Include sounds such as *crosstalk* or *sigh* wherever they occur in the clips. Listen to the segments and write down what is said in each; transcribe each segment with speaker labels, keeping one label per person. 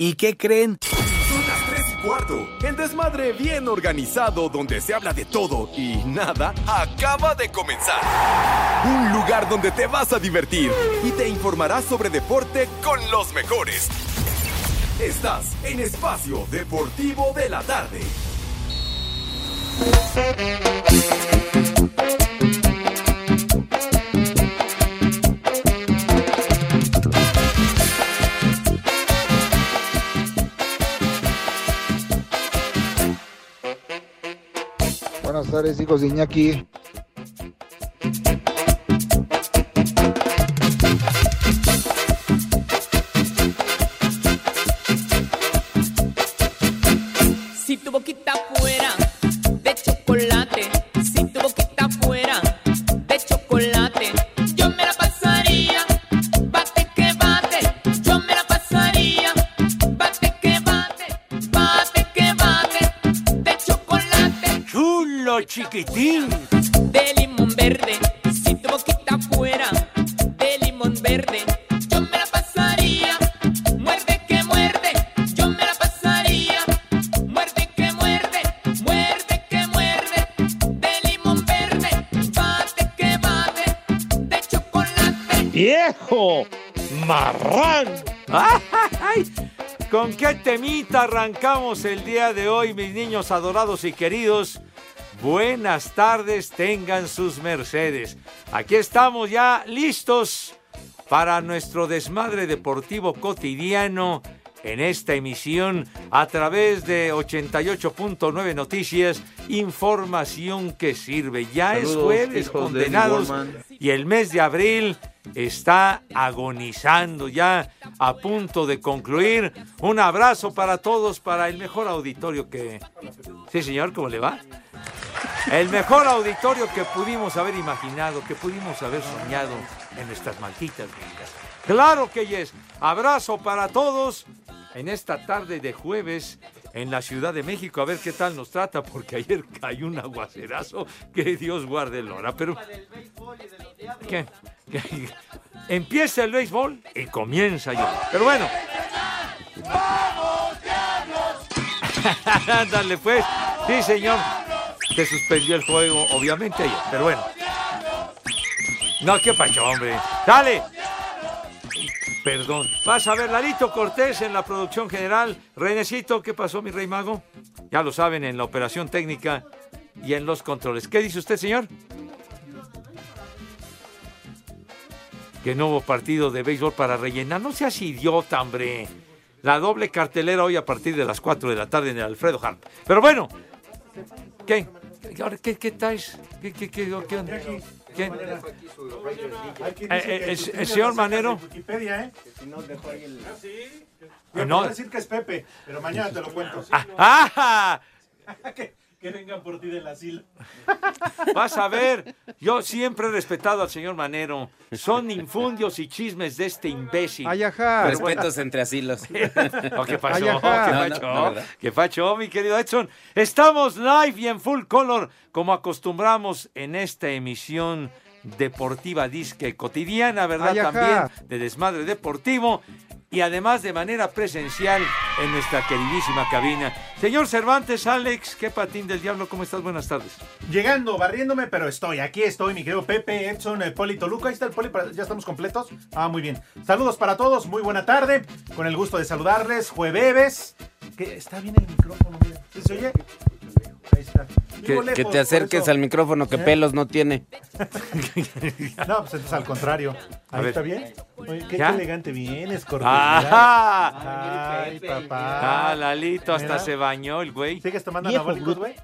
Speaker 1: ¿Y qué creen?
Speaker 2: Son las 3 y cuarto. El desmadre bien organizado donde se habla de todo y nada acaba de comenzar. Un lugar donde te vas a divertir y te informarás sobre deporte con los mejores. Estás en Espacio Deportivo de la Tarde.
Speaker 3: Buenas tardes, hijos de Iñaki.
Speaker 4: Si tu boquita fuera de chocolate, si tu boquita fuera de chocolate, yo me la pasaría, bate que bate, yo me la pasaría, bate que bate, bate que bate, de chocolate,
Speaker 1: ¡Chulo, chiquitín!
Speaker 4: de limón verde, si tu boquita fuera de limón verde. yo me la pasaría, muerde que muerde, yo me la pasaría, muerde que muerde, muerde que muerde, de limón verde, bate que bate, de chocolate,
Speaker 5: viejo marrán.
Speaker 1: ¡Ay! ¿Con qué temita arrancamos el día de hoy, mis niños adorados y queridos? Buenas tardes, tengan sus mercedes. Aquí estamos ya listos para nuestro desmadre deportivo cotidiano en esta emisión a través de 88.9 Noticias, información que sirve. Ya es
Speaker 5: Saludos,
Speaker 1: jueves,
Speaker 5: hijos de Eddie
Speaker 1: condenados.
Speaker 5: Warman.
Speaker 1: Y el mes de abril está agonizando ya, a punto de concluir. Un abrazo para todos, para el mejor auditorio que... Sí, señor, ¿cómo le va? El mejor auditorio que pudimos haber imaginado, que pudimos haber soñado en nuestras malditas vidas. Claro que yes. Abrazo para todos en esta tarde de jueves en la Ciudad de México. A ver qué tal nos trata, porque ayer cayó un aguacerazo que Dios guarde el hora. Pero ¿Qué? ¿Qué? Empieza el béisbol y comienza yo. Pero bueno. *laughs* ¡Vamos, diablos! Ándale, pues. Sí, señor. Se suspendió el juego, obviamente, ayer. Pero bueno. No, qué pacho, hombre. ¡Dale! Perdón. Vas a ver, Larito Cortés en la producción general. Renecito, ¿qué pasó, mi rey mago? Ya lo saben, en la operación técnica y en los controles. ¿Qué dice usted, señor? que no hubo partido de béisbol para rellenar. No seas idiota, hombre. La doble cartelera hoy a partir de las 4 de la tarde en el Alfredo Harp. Pero bueno, ¿qué? Ahora, ¿Qué, qué traes? ¿Qué, qué, qué, qué onda? ¿Qué? Eh, eh, el- el señor Manero.
Speaker 6: Wikipedia, ¿eh? Que si no dejó ahí el...
Speaker 1: Ah,
Speaker 6: Yo
Speaker 1: no.
Speaker 6: puedo decir que es Pepe, pero mañana te lo cuento.
Speaker 1: Ah, ¡Ah!
Speaker 6: *laughs* que, que vengan por ti del asilo.
Speaker 1: Vas a ver, yo siempre he respetado al señor Manero. Son infundios y chismes de este imbécil.
Speaker 7: Ay, ajá.
Speaker 1: Pero bueno.
Speaker 5: Respetos entre asilos.
Speaker 1: *laughs* Oh, ¿Qué pasó?
Speaker 7: Ay, ajá.
Speaker 1: ¿Qué
Speaker 5: No, no,
Speaker 1: pacho?
Speaker 5: la verdad.
Speaker 1: ¿Qué pacho, mi querido Edson? Estamos live y en full color, como acostumbramos en esta emisión deportiva disque cotidiana, ¿verdad?
Speaker 7: Ay, ajá.
Speaker 1: También de desmadre deportivo y además de manera presencial en nuestra queridísima cabina. Señor Cervantes, Alex, qué patín del diablo, ¿cómo estás? Buenas tardes.
Speaker 6: Llegando, barriéndome, pero estoy. Aquí estoy, mi querido Pepe, Edson, el Poli Toluca. Ahí está el Poli, para- ya estamos completos. Ah, muy bien. Saludos para todos, muy buena tarde. Con el gusto de saludarles, jueves. Que está bien el micrófono, mira. ¿Sí se oye? Ahí está.
Speaker 5: Que,
Speaker 6: Vivo
Speaker 5: que
Speaker 6: lejos, por
Speaker 5: te acerques
Speaker 6: eso. ¿Eh?
Speaker 5: al micrófono que pelos no tiene.
Speaker 6: *laughs* No, pues entonces al contrario.
Speaker 1: A
Speaker 6: Ahí
Speaker 1: ver.
Speaker 6: está bien. Oye, qué, qué
Speaker 1: ¿Ya? Ah.
Speaker 6: elegante vienes, Cortés.
Speaker 1: ¡Ajá!
Speaker 6: Ay, papá.
Speaker 1: Ah, Lalito, hasta
Speaker 6: Mira.
Speaker 1: se bañó el güey.
Speaker 6: ¿Sigues tomando
Speaker 7: Viejo
Speaker 6: anabólicos,
Speaker 7: bruto.
Speaker 6: güey?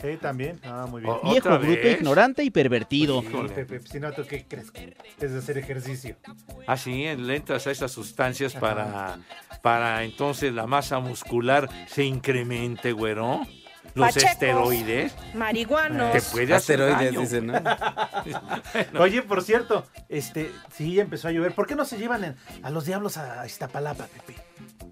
Speaker 6: Sí, también. Ah, muy bien.
Speaker 1: O-
Speaker 8: Viejo,
Speaker 1: ¿Otra
Speaker 8: bruto,
Speaker 1: vez?
Speaker 8: ignorante y pervertido.
Speaker 6: Pues,
Speaker 1: Híjole.
Speaker 6: Pepe, si no, ¿tú qué crees? Es de hacer ejercicio.
Speaker 1: Ah, sí, le entras a esas sustancias para, para entonces la masa muscular se incremente, güero. Los
Speaker 9: Pachecos.
Speaker 1: esteroides
Speaker 9: Marihuanos.
Speaker 1: te puede *laughs* hacer
Speaker 5: Asteroides,
Speaker 1: daño.
Speaker 5: dicen, ¿no?
Speaker 6: Oye, por cierto, este, sí, ya empezó a llover. ¿Por qué no se llevan en- a los diablos a Iztapalapa, Pepe?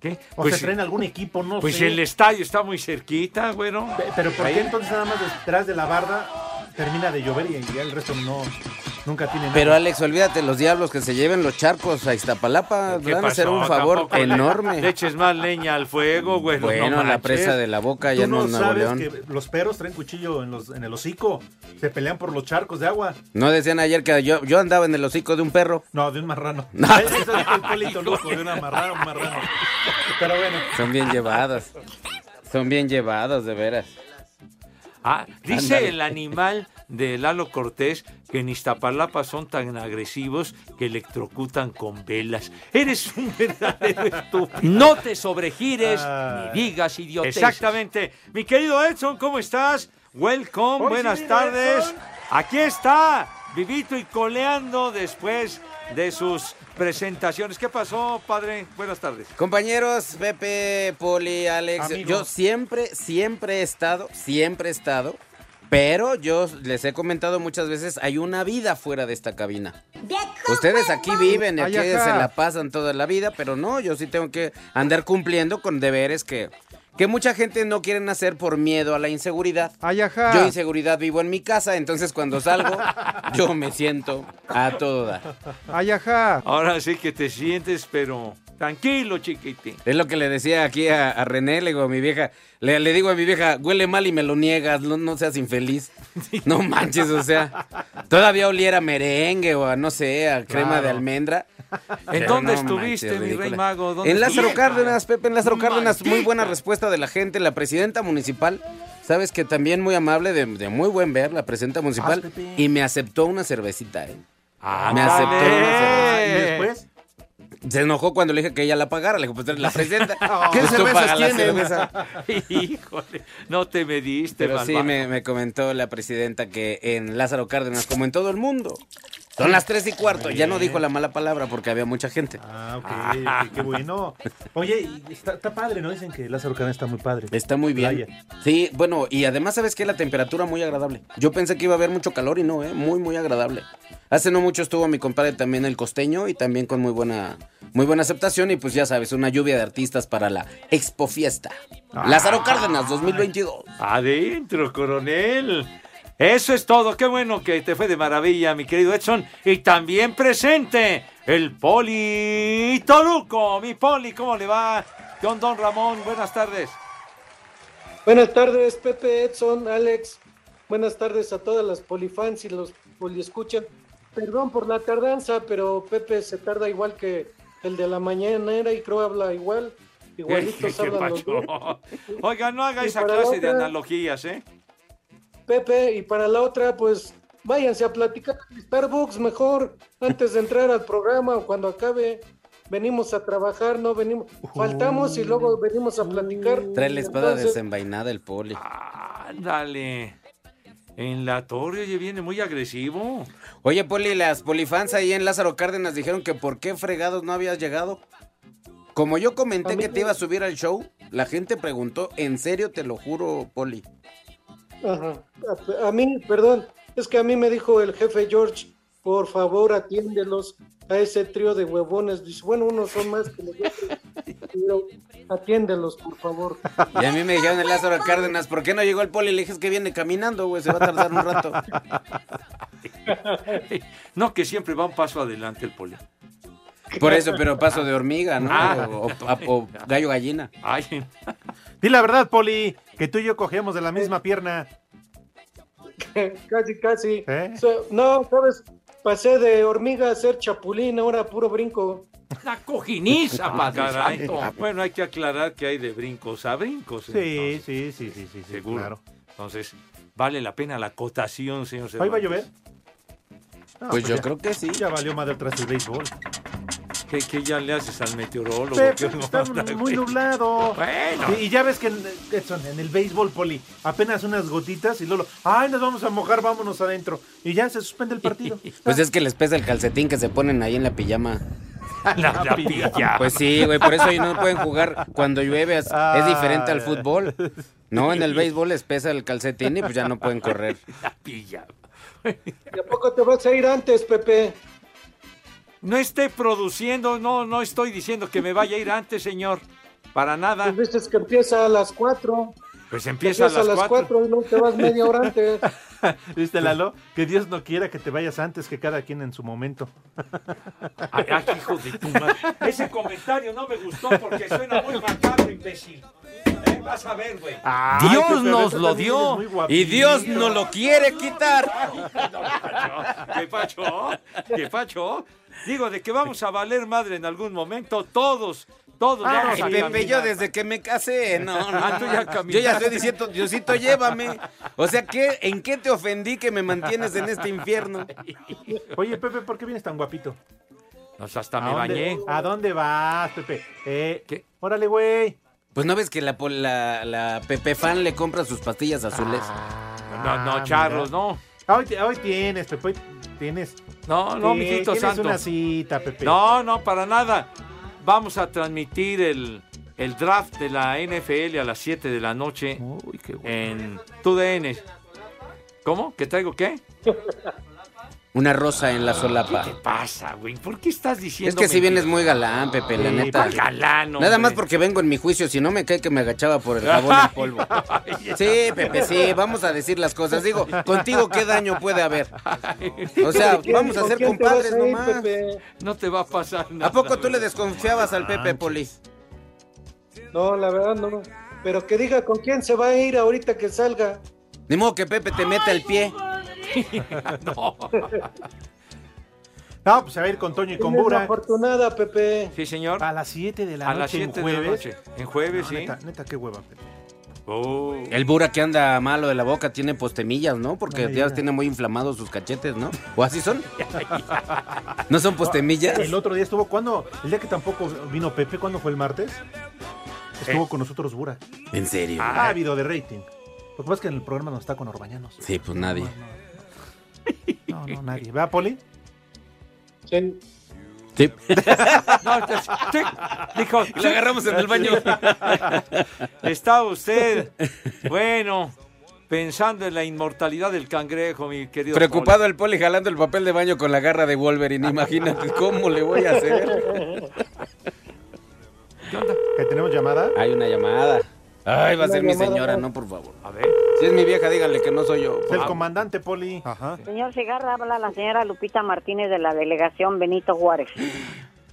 Speaker 1: ¿Qué?
Speaker 6: O
Speaker 1: Pues,
Speaker 6: se traen algún equipo, no
Speaker 1: pues
Speaker 6: sé.
Speaker 1: el estadio está muy cerquita, güero.
Speaker 6: Pe- Pero ¿por
Speaker 1: Ahí.
Speaker 6: qué entonces nada más detrás de la barda termina de llover y ya el resto no, nunca tiene nada?
Speaker 5: Pero Alex, olvídate, los diablos que se lleven los charcos a Iztapalapa
Speaker 1: ¿Qué
Speaker 5: van a hacer
Speaker 1: pasó?
Speaker 5: un favor
Speaker 1: Tampoco le- Le
Speaker 5: enorme.
Speaker 1: eches más leña al fuego, güero.
Speaker 5: Bueno,
Speaker 1: no
Speaker 5: la
Speaker 1: manches.
Speaker 5: presa de la boca ya
Speaker 6: Tú
Speaker 5: no
Speaker 6: no
Speaker 5: en Nuevo
Speaker 6: sabes
Speaker 5: León.
Speaker 6: que los perros traen cuchillo en, los, en el hocico, se pelean por los charcos de agua.
Speaker 5: No decían ayer que yo, yo andaba en el hocico de un perro.
Speaker 6: No, de un marrano.
Speaker 5: No.
Speaker 6: Eso dijo el Polito Luco, de una marrana, un marrano. Pero bueno,
Speaker 5: Son bien llevadas. Son bien llevadas, de veras.
Speaker 1: Ah, dice
Speaker 5: Ándale.
Speaker 1: el animal de Lalo Cortés que en Iztapalapa son tan agresivos que electrocutan con velas. Eres un *laughs* verdadero estúpido. No te sobregires
Speaker 6: Ay.
Speaker 1: ni digas idiotez. Exactamente. Mi querido Edson, ¿cómo estás? Welcome,
Speaker 6: Hoy Pues sí
Speaker 1: buenas
Speaker 6: vino
Speaker 1: tardes.
Speaker 6: Edson.
Speaker 1: Aquí está, vivito y coleando después de sus presentaciones. ¿Qué pasó, padre? Buenas tardes.
Speaker 5: Compañeros, Pepe, Poli, Alex,
Speaker 6: Amigos.
Speaker 5: yo siempre, siempre he estado, siempre he estado, pero yo les he comentado muchas veces, hay una vida fuera de esta cabina. Ustedes aquí viven, aquí
Speaker 2: pues, Ay, ajá.
Speaker 5: se la pasan toda la vida, pero no, yo sí tengo que andar cumpliendo con deberes que, que mucha gente no quieren hacer por miedo a la inseguridad.
Speaker 2: Ay, ajá.
Speaker 5: Yo inseguridad vivo en mi casa, entonces cuando
Speaker 2: *laughs*
Speaker 5: salgo, *laughs* yo me siento a todo dar.
Speaker 2: Ay, ajá.
Speaker 1: Ahora sí que te sientes, pero tranquilo, chiquitín.
Speaker 5: Es lo que le decía aquí a, a René, le digo a mi vieja, le, le digo a mi vieja, huele mal y me lo niegas, no, no
Speaker 1: *laughs*
Speaker 5: seas infeliz. No manches, o sea, todavía oliera merengue o a, no sé, a crema
Speaker 1: *laughs*
Speaker 5: de almendra. Pero
Speaker 1: dónde
Speaker 5: no
Speaker 1: estuviste, mi
Speaker 5: ridícula.
Speaker 1: rey mago? ¿Dónde
Speaker 5: en Lázaro
Speaker 1: estuviste?
Speaker 5: Cárdenas, Pepe, en Lázaro Cárdenas, muy buena respuesta de la gente, la presidenta municipal. Sabes que también muy amable, de, de muy buen ver, la presidenta municipal.
Speaker 6: Pepe.
Speaker 5: y me aceptó una cervecita, ¿eh?
Speaker 1: Ah,
Speaker 5: Me
Speaker 1: dale.
Speaker 5: aceptó una cerveza.
Speaker 6: y después,
Speaker 5: Se enojó cuando le dije que ella la pagara. Le dije, pues la
Speaker 2: *laughs*
Speaker 5: presenta.
Speaker 2: Oh. ¿Qué
Speaker 5: Pues, tú
Speaker 2: cervezas
Speaker 5: paga la
Speaker 2: tienen? *laughs*
Speaker 5: cerveza.
Speaker 1: *laughs* Híjole, no te mediste,
Speaker 5: Pero sí,
Speaker 1: malvado.
Speaker 5: me, me comentó la presidenta que en Lázaro Cárdenas, como en todo el mundo, son las tres y cuarto. Ya no dijo la mala palabra porque había mucha gente.
Speaker 6: ah,
Speaker 5: *laughs*
Speaker 6: ok, ok, qué bueno. Oye, y está, está padre, ¿no? Dicen que Lázaro Cárdenas está muy padre.
Speaker 5: Está muy bien.
Speaker 6: Playa.
Speaker 5: Sí, bueno, y además, ¿sabes qué? La temperatura muy agradable. Yo pensé que iba a haber mucho calor y no, ¿eh? Muy, muy agradable. Hace no mucho estuvo mi compadre también el costeño y también con muy buena, muy buena aceptación. Y pues ya sabes, una lluvia de artistas para la Expo Fiesta.
Speaker 1: Ah.
Speaker 5: Lázaro Cárdenas 2022.
Speaker 1: Adentro, coronel. Eso es todo. Qué bueno que te fue de maravilla, mi querido Edson. Y también presente el Poli Toruco. Mi Poli, ¿cómo le va? Don Don Ramón, buenas tardes.
Speaker 7: Buenas tardes, Pepe, Edson, Alex. Buenas tardes a todas las polifans y los poliescuchan. Perdón por la tardanza, pero Pepe se tarda igual que el de la mañanera y creo habla igual.
Speaker 1: ¿Qué,
Speaker 7: Igualitos
Speaker 1: qué
Speaker 7: hablan los
Speaker 1: pacho?
Speaker 7: dos.
Speaker 1: Oiga, no haga
Speaker 7: Y
Speaker 1: esa
Speaker 7: para
Speaker 1: clase de
Speaker 7: otra.
Speaker 1: analogías, ¿eh?
Speaker 7: Pepe, y para la otra, pues váyanse a platicar en Starbucks mejor antes de entrar al programa o cuando acabe. Venimos a trabajar, no venimos, faltamos y luego venimos a platicar.
Speaker 5: Trae la espada
Speaker 7: Entonces,
Speaker 5: desenvainada el poli.
Speaker 1: Ándale. En la torre, oye, viene muy agresivo.
Speaker 5: Oye, Poli, las polifans ahí en Lázaro Cárdenas dijeron que por qué fregados no habías llegado. Como yo comenté que te iba a subir al show, la gente preguntó, en serio te lo juro, Poli.
Speaker 7: Ajá. A, a mí, perdón, es que a mí me dijo el jefe George, por favor atiéndelos a ese trío de huevones. Dice, bueno, unos son más que los otros, pero atiéndelos, por favor.
Speaker 5: Y a mí me dijeron en Lázaro Cárdenas, ¿por qué no llegó el Poli? Le dije, es que viene caminando, güey, se va a tardar un rato.
Speaker 1: No, que siempre va un paso adelante el Poli.
Speaker 5: Por eso, pero paso de hormiga, ¿no?
Speaker 1: Ah.
Speaker 5: O, o-
Speaker 1: *laughs*
Speaker 5: o gallo gallina.
Speaker 1: Ay,
Speaker 6: *laughs* Di la verdad, Poli, que tú y yo cogemos de la misma pierna.
Speaker 7: casi, casi.
Speaker 6: ¿Eh?
Speaker 7: So- no, sabes, pasé de hormiga a ser chapulín, ahora puro brinco.
Speaker 1: La cojiniza, padre
Speaker 5: Ah,
Speaker 6: caray.
Speaker 1: santo. Bueno, hay que aclarar que hay de brincos a brincos.
Speaker 6: Sí,
Speaker 1: entonces,
Speaker 6: sí, sí, sí, sí, sí,
Speaker 1: seguro.
Speaker 6: claro.
Speaker 1: Entonces, vale la pena la cotación, señor
Speaker 6: ¿Hoy va a
Speaker 1: Cervantes.
Speaker 6: llover? Ah,
Speaker 5: Pues yo
Speaker 6: ya-
Speaker 5: creo que sí.
Speaker 6: Ya valió madre tras el béisbol.
Speaker 1: ¿Qué, qué ya le haces al meteorólogo?
Speaker 6: Pepe,
Speaker 1: ¿Qué
Speaker 6: pues, está
Speaker 1: onda,
Speaker 6: muy
Speaker 1: güey?
Speaker 6: nublado.
Speaker 1: Bueno.
Speaker 6: Y, y ya ves que, en- Edson, en el béisbol, Poli, apenas unas gotitas y Lolo, ay, nos vamos a mojar, vámonos adentro. Y ya se suspende el
Speaker 1: *laughs*
Speaker 6: partido.
Speaker 5: Pues es que les pesa el calcetín que se ponen ahí en la pijama.
Speaker 6: *laughs*
Speaker 7: *laughs*
Speaker 1: La, la pilla.
Speaker 5: Pues sí, güey, por eso ellos no pueden jugar cuando llueve. Es,
Speaker 6: Ah,
Speaker 5: es diferente al
Speaker 6: ya.
Speaker 5: fútbol. No,
Speaker 1: *laughs*
Speaker 5: en el béisbol les pesa el calcetín y pues ya no pueden correr.
Speaker 1: La pilla.
Speaker 7: ¿Y a poco te vas a ir antes, Pepe?
Speaker 1: No esté produciendo, no, no estoy diciendo que me vaya a ir antes, señor. Para nada.
Speaker 7: Pues viste que empieza a las 4.
Speaker 1: Pues empieza a las cuatro.
Speaker 7: 4 y no te vas media hora antes.
Speaker 6: ¿Viste, Lalo? Que Dios no quiera que te vayas antes que cada quien en su momento.
Speaker 1: Ay, ay, Ah, hijo de tu madre. Ese comentario no me gustó porque suena muy macabro, imbécil. Eh, vas a ver, güey.
Speaker 6: Dios Pepe, nos
Speaker 1: este
Speaker 6: Beto lo pues, también dio es muy guapito. y Dios
Speaker 5: no lo quiere quitar.
Speaker 1: *laughs* ¿Qué pacho? ¿Qué pacho? Digo, de que vamos a valer madre en algún momento, todos, todos. vamos
Speaker 5: Ay,
Speaker 1: a
Speaker 5: Ah, Pepe,
Speaker 1: caminar.
Speaker 5: yo desde que me casé, no, no,
Speaker 1: Ah, tú ya
Speaker 5: no. yo
Speaker 1: caminaste.
Speaker 5: ya estoy diciendo, Diosito, llévame. O sea, ¿qué, ¿en qué te ofendí que me mantienes en este infierno?
Speaker 6: Oye, Pepe, ¿por qué vienes tan guapito?
Speaker 1: No, sé, hasta
Speaker 6: ¿A
Speaker 5: Ah,
Speaker 1: me
Speaker 6: dónde-
Speaker 1: bañé.
Speaker 6: ¿A dónde vas, Pepe? Eh,
Speaker 1: ¿Qué?
Speaker 6: Órale, güey.
Speaker 5: Pues no ves que la, pol- la, la Pepe Fan le compra sus pastillas azules.
Speaker 1: No, Ah, no, Charlos, no.
Speaker 6: Ah, Hoy, te- hoy tienes, Pepe. hoy Tienes.
Speaker 1: No, no,
Speaker 6: Sí,
Speaker 1: mijito
Speaker 6: tienes
Speaker 1: santo.
Speaker 6: una cita, Pepe.
Speaker 1: No, no, para nada. Vamos a transmitir el, el draft de la NFL a las 7 de la noche
Speaker 6: Uy, qué bueno.
Speaker 1: en TUDN. ¿Cómo? ¿Que traigo qué?
Speaker 5: Una rosa en la solapa.
Speaker 1: ¿Qué pasa, güey? ¿Por qué estás diciendo?
Speaker 5: Es que si vienes muy galán, Pepe, la
Speaker 6: Sí,
Speaker 5: neta.
Speaker 1: Al pues, galán,
Speaker 5: Nada
Speaker 1: hombre.
Speaker 5: más porque vengo en mi juicio, si no me cae que me agachaba por el jabón en
Speaker 1: *laughs*
Speaker 5: polvo. *laughs* Sí, Pepe, sí, vamos a decir las cosas. Digo, contigo qué daño
Speaker 1: *laughs*
Speaker 5: puede haber. *laughs* O sea,
Speaker 7: ¿Con quién-
Speaker 5: vamos a
Speaker 7: con
Speaker 5: ser
Speaker 7: quién te vas
Speaker 5: compadres
Speaker 7: a ir,
Speaker 5: nomás.
Speaker 7: Pepe?
Speaker 1: No te va a pasar nada.
Speaker 5: ¿A poco tú le
Speaker 1: güey.
Speaker 5: desconfiabas al Pepe Poli?
Speaker 7: No, la verdad no. Pero que diga con quién se va a ir ahorita que salga.
Speaker 5: Ni modo que Pepe te meta el pie.
Speaker 1: *laughs* No.
Speaker 6: No, pues se va a ir con Toño y con
Speaker 7: Eres una
Speaker 6: Bura.
Speaker 7: afortunada, Pepe.
Speaker 1: Sí, señor.
Speaker 6: A las 7 de la
Speaker 1: A
Speaker 6: noche.
Speaker 1: las 7
Speaker 6: en
Speaker 1: de la
Speaker 6: jueves.
Speaker 1: noche. En jueves,
Speaker 6: No,
Speaker 1: sí.
Speaker 6: neta, neta, qué hueva, Pepe.
Speaker 1: Oh.
Speaker 5: El Bura que anda malo de la boca tiene postemillas, ¿no? Porque
Speaker 6: No me
Speaker 5: ya
Speaker 6: digas.
Speaker 5: tiene muy inflamados sus cachetes, ¿no? ¿O así son? ¿No son postemillas?
Speaker 6: El otro día estuvo, ¿cuándo? El día que tampoco vino Pepe, ¿cuándo fue el martes? Estuvo
Speaker 1: Eh.
Speaker 6: con nosotros Bura.
Speaker 5: ¿En serio?
Speaker 6: Ah, ávido de rating. Lo que pasa es que en el programa no está con Orbañanos.
Speaker 5: Sí, pues nadie.
Speaker 6: No, no, nadie. ¿Verdad, Poli?
Speaker 7: Sí.
Speaker 5: Sí.
Speaker 1: *laughs* No, te- te-
Speaker 5: *laughs*
Speaker 1: dijo,
Speaker 5: La agarramos en el
Speaker 1: *laughs*
Speaker 5: baño.
Speaker 1: está usted, bueno, pensando en la inmortalidad del cangrejo, mi querido.
Speaker 5: Preocupado el poli jalando el papel de baño con la garra de Wolverine. Imagínate cómo le voy a hacer.
Speaker 6: ¿Que tenemos llamada?
Speaker 5: Hay una llamada. Ay, va a
Speaker 7: Una
Speaker 5: ser mi
Speaker 7: llamada,
Speaker 5: señora,
Speaker 7: ¿no?
Speaker 5: no, por favor.
Speaker 1: Poli. A ver,
Speaker 5: Si es mi vieja, díganle que no soy yo.
Speaker 6: Es el comandante, Poli. Ajá.
Speaker 8: Señor Segarra, habla la señora Lupita Martínez de la delegación Benito Juárez.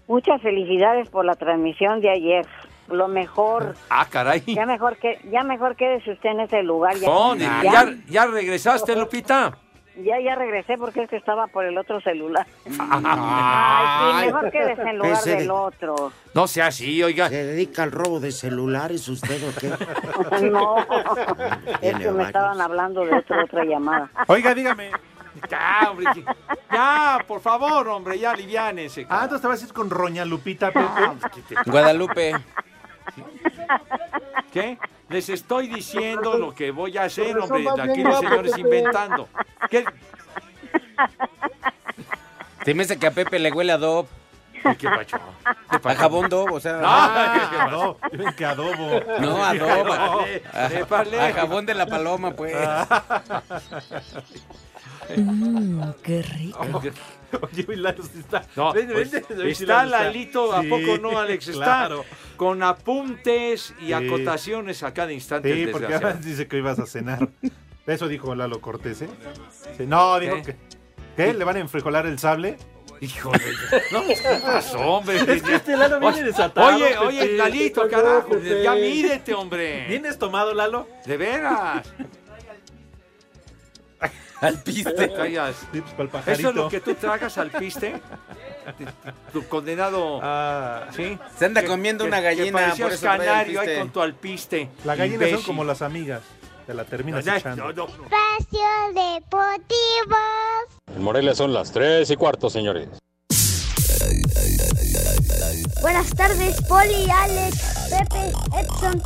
Speaker 8: Muchas felicidades por la transmisión de ayer. Lo mejor,
Speaker 1: ah, caray.
Speaker 8: ya mejor que ya mejor quédese usted en ese lugar. Ya,
Speaker 9: Oh,
Speaker 1: Son,
Speaker 8: ya,
Speaker 1: ya, ya regresaste, Lupita.
Speaker 8: ya- ya regresé porque es que estaba por el otro celular. Ay, sí, mejor quédese en lugar
Speaker 9: Ese de- *laughs*
Speaker 8: del otro.
Speaker 1: No sea así, oiga.
Speaker 9: ¿Se dedica al robo de celulares usted o qué?
Speaker 8: *laughs* No, es
Speaker 9: Tiene
Speaker 8: que me
Speaker 9: varios.
Speaker 8: estaban hablando de otra otra llamada.
Speaker 6: Oiga, *laughs* dígame.
Speaker 1: Ya, hombre, que- ya, por favor, hombre, ya aliviánense.
Speaker 6: Ah, entonces te vas a ir con Roña Lupita, *laughs* Pepe.
Speaker 5: Guadalupe.
Speaker 1: ¿Qué? Les estoy diciendo lo que voy a hacer,
Speaker 7: Por eso
Speaker 1: hombre.
Speaker 7: vas bien
Speaker 1: Aquí los
Speaker 7: guapo,
Speaker 1: señores
Speaker 7: Pepe.
Speaker 1: inventando. ¿Qué?
Speaker 5: Se me hace que a Pepe le huele a Dob.
Speaker 1: ¿Qué pacho? ¿Qué
Speaker 5: A
Speaker 1: pacho?
Speaker 5: jabón Dob, o sea.
Speaker 6: Ah, no, dicen que adobo.
Speaker 5: No, a Dob.
Speaker 1: No,
Speaker 5: A,
Speaker 1: le parlé.
Speaker 5: a jabón de la paloma,
Speaker 6: *laughs*
Speaker 5: pues.
Speaker 10: Mm, qué rico.
Speaker 6: Oye, Milagros, está.
Speaker 1: No,
Speaker 6: *laughs* Ven,
Speaker 1: pues,
Speaker 6: ven, ven,
Speaker 1: está
Speaker 6: Milagros,
Speaker 1: Lalito, ¿a
Speaker 6: Sí,
Speaker 1: poco no, Alex? Está
Speaker 6: Claro.
Speaker 1: con apuntes y
Speaker 6: Sí.
Speaker 1: acotaciones a cada instante. el
Speaker 6: Sí, porque
Speaker 1: desgraciado.
Speaker 6: ahora dice que ibas a
Speaker 1: *laughs*
Speaker 6: cenar. Eso dijo Lalo Cortés, ¿eh? Sí, no, dijo
Speaker 1: ¿Qué?
Speaker 6: que. ¿Qué? ¿Le van a enfrijolar el sable?
Speaker 1: Híjole, no, ¿qué
Speaker 6: *laughs*
Speaker 1: pasó, hombre?
Speaker 6: este Lalo viene
Speaker 1: Oye,
Speaker 6: desatado,
Speaker 1: Oye,
Speaker 6: Pepe.
Speaker 1: oye, Lalito, carajo,
Speaker 7: Pepe.
Speaker 1: ya mídete, hombre.
Speaker 6: ¿Vienes tomado, Lalo?
Speaker 1: De
Speaker 6: *laughs*
Speaker 1: veras.
Speaker 5: Al piste.
Speaker 1: Callas.
Speaker 6: Sí, pues para el pajarito.
Speaker 1: ¿Eso es lo que tú tragas al piste? Tu condenado.
Speaker 6: Ah,
Speaker 1: ¿Sí?
Speaker 5: Se anda
Speaker 1: Que-
Speaker 5: *laughs* comiendo
Speaker 1: que-
Speaker 5: una
Speaker 1: que
Speaker 5: gallina,
Speaker 1: parecías
Speaker 5: por eso trae el
Speaker 1: canario ahí
Speaker 5: piste.
Speaker 1: con tu alpiste.
Speaker 6: las gallinas son
Speaker 1: imbécil.
Speaker 6: como las amigas. Te la
Speaker 1: No,
Speaker 6: terminas echando.
Speaker 1: no, no, no.
Speaker 11: En Morelia son las 3 y cuarto, señores. Buenas tardes, Poli, Alex, Pepe, Edson.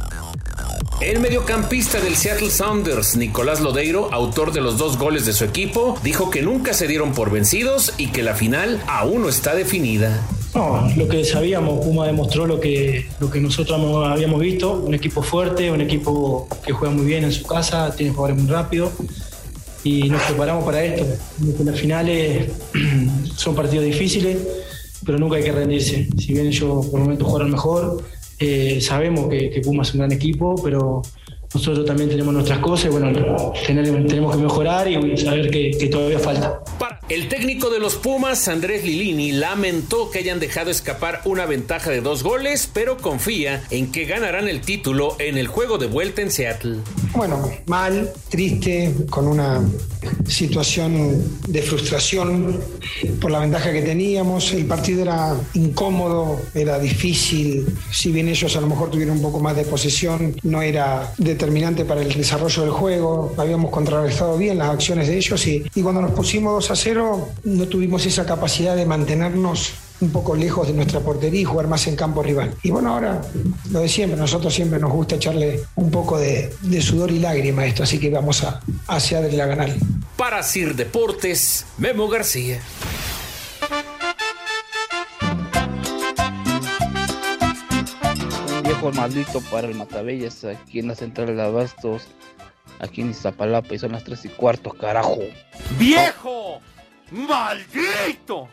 Speaker 12: El mediocampista del Seattle Sounders, Nicolás Lodeiro, autor de los dos goles de su equipo, dijo que nunca se dieron por vencidos y que la final aún no está definida.
Speaker 13: No, lo que sabíamos, Puma demostró lo que, lo que nosotros hemos- habíamos visto, un equipo fuerte, un equipo que juega muy bien en su casa, tiene jugadores muy rápido y nos preparamos para esto. Las finales *clears throat* son partidos difíciles, pero nunca hay que rendirse. Si bien ellos por momentos jugaron mejor, eh, sabemos que, que Puma es un gran equipo, pero nosotros también tenemos nuestras cosas y bueno, tener- tenemos que mejorar y saber que- que todavía
Speaker 12: *laughs*
Speaker 13: falta.
Speaker 12: El técnico de los Pumas, Andrés Lilini, lamentó que hayan dejado escapar una ventaja de dos goles, pero confía en que ganarán el título en el juego de vuelta en Seattle.
Speaker 3: Bueno, mal, triste, con una situación de frustración por la ventaja que teníamos. El partido era incómodo, era difícil. Si bien ellos a lo mejor tuvieron un poco más de posesión, no era determinante para el desarrollo del juego. Habíamos contrarrestado bien las acciones de ellos y, y cuando nos pusimos 2 a 0 no tuvimos esa capacidad de mantenernos un poco lejos de nuestra portería y jugar más en campo rival. Y bueno, ahora lo de siempre, nosotros siempre nos gusta echarle un poco de, de sudor y lágrima a esto, así que vamos a, hacia adelante a ganar.
Speaker 12: Para Sir Deportes, Memo García.
Speaker 14: Un viejo maldito para el Matabellas aquí en la central de Abastos, aquí en Iztapalapa y son las 3 y cuarto, carajo.
Speaker 1: ¡Viejo! ¡Maldito!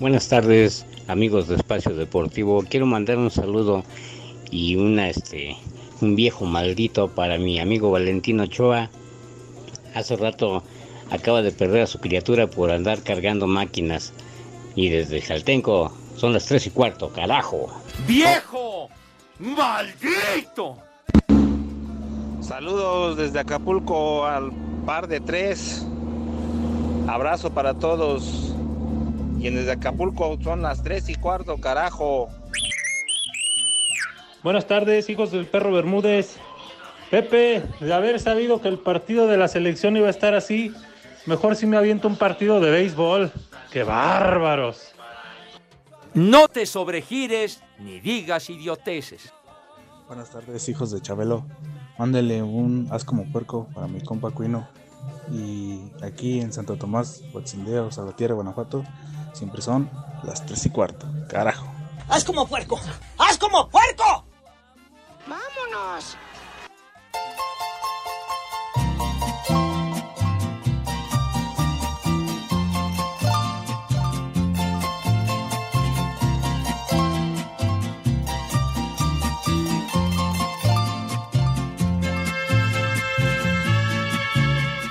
Speaker 15: Buenas tardes, amigos de Espacio Deportivo. Quiero mandar un saludo y una este un viejo maldito para mi amigo Valentino Ochoa. Hace rato acaba de perder a su criatura por andar cargando máquinas. Y desde Jaltenco son las tres y cuarto, carajo.
Speaker 1: ¡Viejo! ¡Maldito!
Speaker 16: Saludos desde Acapulco al par de tres. Abrazo para todos. Y en desde Acapulco son las tres y cuarto, carajo.
Speaker 17: Buenas tardes, hijos del perro Bermúdez. Pepe, de haber sabido que el partido de la selección iba a estar así, mejor si me aviento un partido de béisbol. ¡Qué bárbaros!
Speaker 1: No te sobregires ni digas idioteces.
Speaker 18: Buenas tardes, hijos de Chabelo. Mándele un haz como puerco para mi compa Cuino. Y aquí en Santo Tomás, Huatzindeo, Salvatierra, Guanajuato, siempre son las 3 y cuarto. Carajo.
Speaker 19: ¡Haz como puerco! ¡Haz como puerco!
Speaker 11: ¡Vámonos!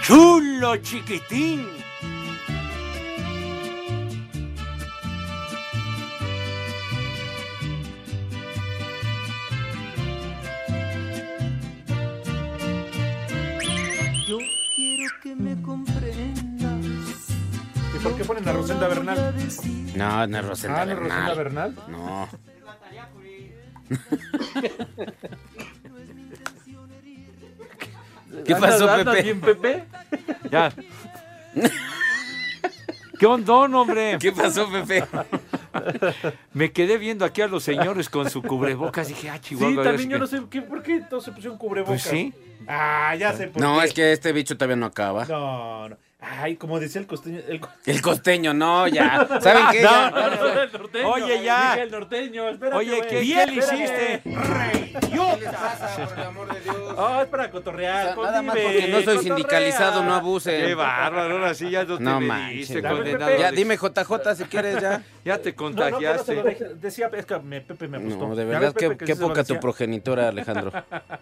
Speaker 1: ¡Chulo chiquitín!
Speaker 10: Yo quiero que me comprendas.
Speaker 6: ¿Y por qué ponen a Rosenda Bernal?
Speaker 5: No, no es Rosenda
Speaker 6: Ah, ¿no es Rosenda
Speaker 5: Bernal.
Speaker 6: Bernal?
Speaker 5: No. ¿Qué
Speaker 1: ¿Andas-
Speaker 5: pasó,
Speaker 1: andas
Speaker 5: Pepe?
Speaker 1: bien, Pepe? Ya. ¿Qué ondón, hombre?
Speaker 5: ¿Qué pasó, Pepe?
Speaker 1: Me quedé viendo aquí a los señores con su cubrebocas. Dije, ah,
Speaker 6: Sí,
Speaker 1: chihuahua. es
Speaker 6: también yo
Speaker 1: que-
Speaker 6: no sé qué- por qué todos se pusieron
Speaker 1: Pues
Speaker 6: cubrebocas.
Speaker 1: sí.
Speaker 6: Ah, *laughs* ya sé por
Speaker 5: No,
Speaker 6: qué.
Speaker 5: es que este bicho todavía no acaba.
Speaker 6: No, no. Ay, como decía el costeño. El, co-
Speaker 5: *laughs* El costeño,
Speaker 6: *laughs*
Speaker 5: no, ya. ¿Saben qué?
Speaker 6: No,
Speaker 5: Ya.
Speaker 6: no, no, el norteño,
Speaker 1: Oye, ya.
Speaker 6: dije el norteño, espérate,
Speaker 1: Oye,
Speaker 6: güey.
Speaker 1: ¿qué-
Speaker 6: Bien,
Speaker 1: qué le
Speaker 6: espérate.
Speaker 1: hiciste?
Speaker 6: ¿Qué les pasa, por el amor de Dios? Ah, es para cotorrear.
Speaker 5: nada más
Speaker 6: convive,
Speaker 5: porque no soy
Speaker 6: cotorrea.
Speaker 5: sindicalizado, no abusen.
Speaker 1: Qué bárbaro, ahora sí ya no te
Speaker 5: No
Speaker 1: mediste,
Speaker 5: manches.
Speaker 1: condenado
Speaker 5: Ya
Speaker 1: de-
Speaker 5: dime, JJ, si quieres, ya.
Speaker 1: Ya te
Speaker 6: No, no, pero se
Speaker 1: contagiaste.
Speaker 6: lo dejé- decía, es que me, Pepe me gustó.
Speaker 5: No, de
Speaker 6: Ya
Speaker 5: verdad,
Speaker 6: ves,
Speaker 5: qué,
Speaker 6: Pepe, que
Speaker 5: qué
Speaker 6: sí se lo
Speaker 5: poca tu
Speaker 6: decía.
Speaker 5: progenitora, Alejandro.
Speaker 6: *laughs*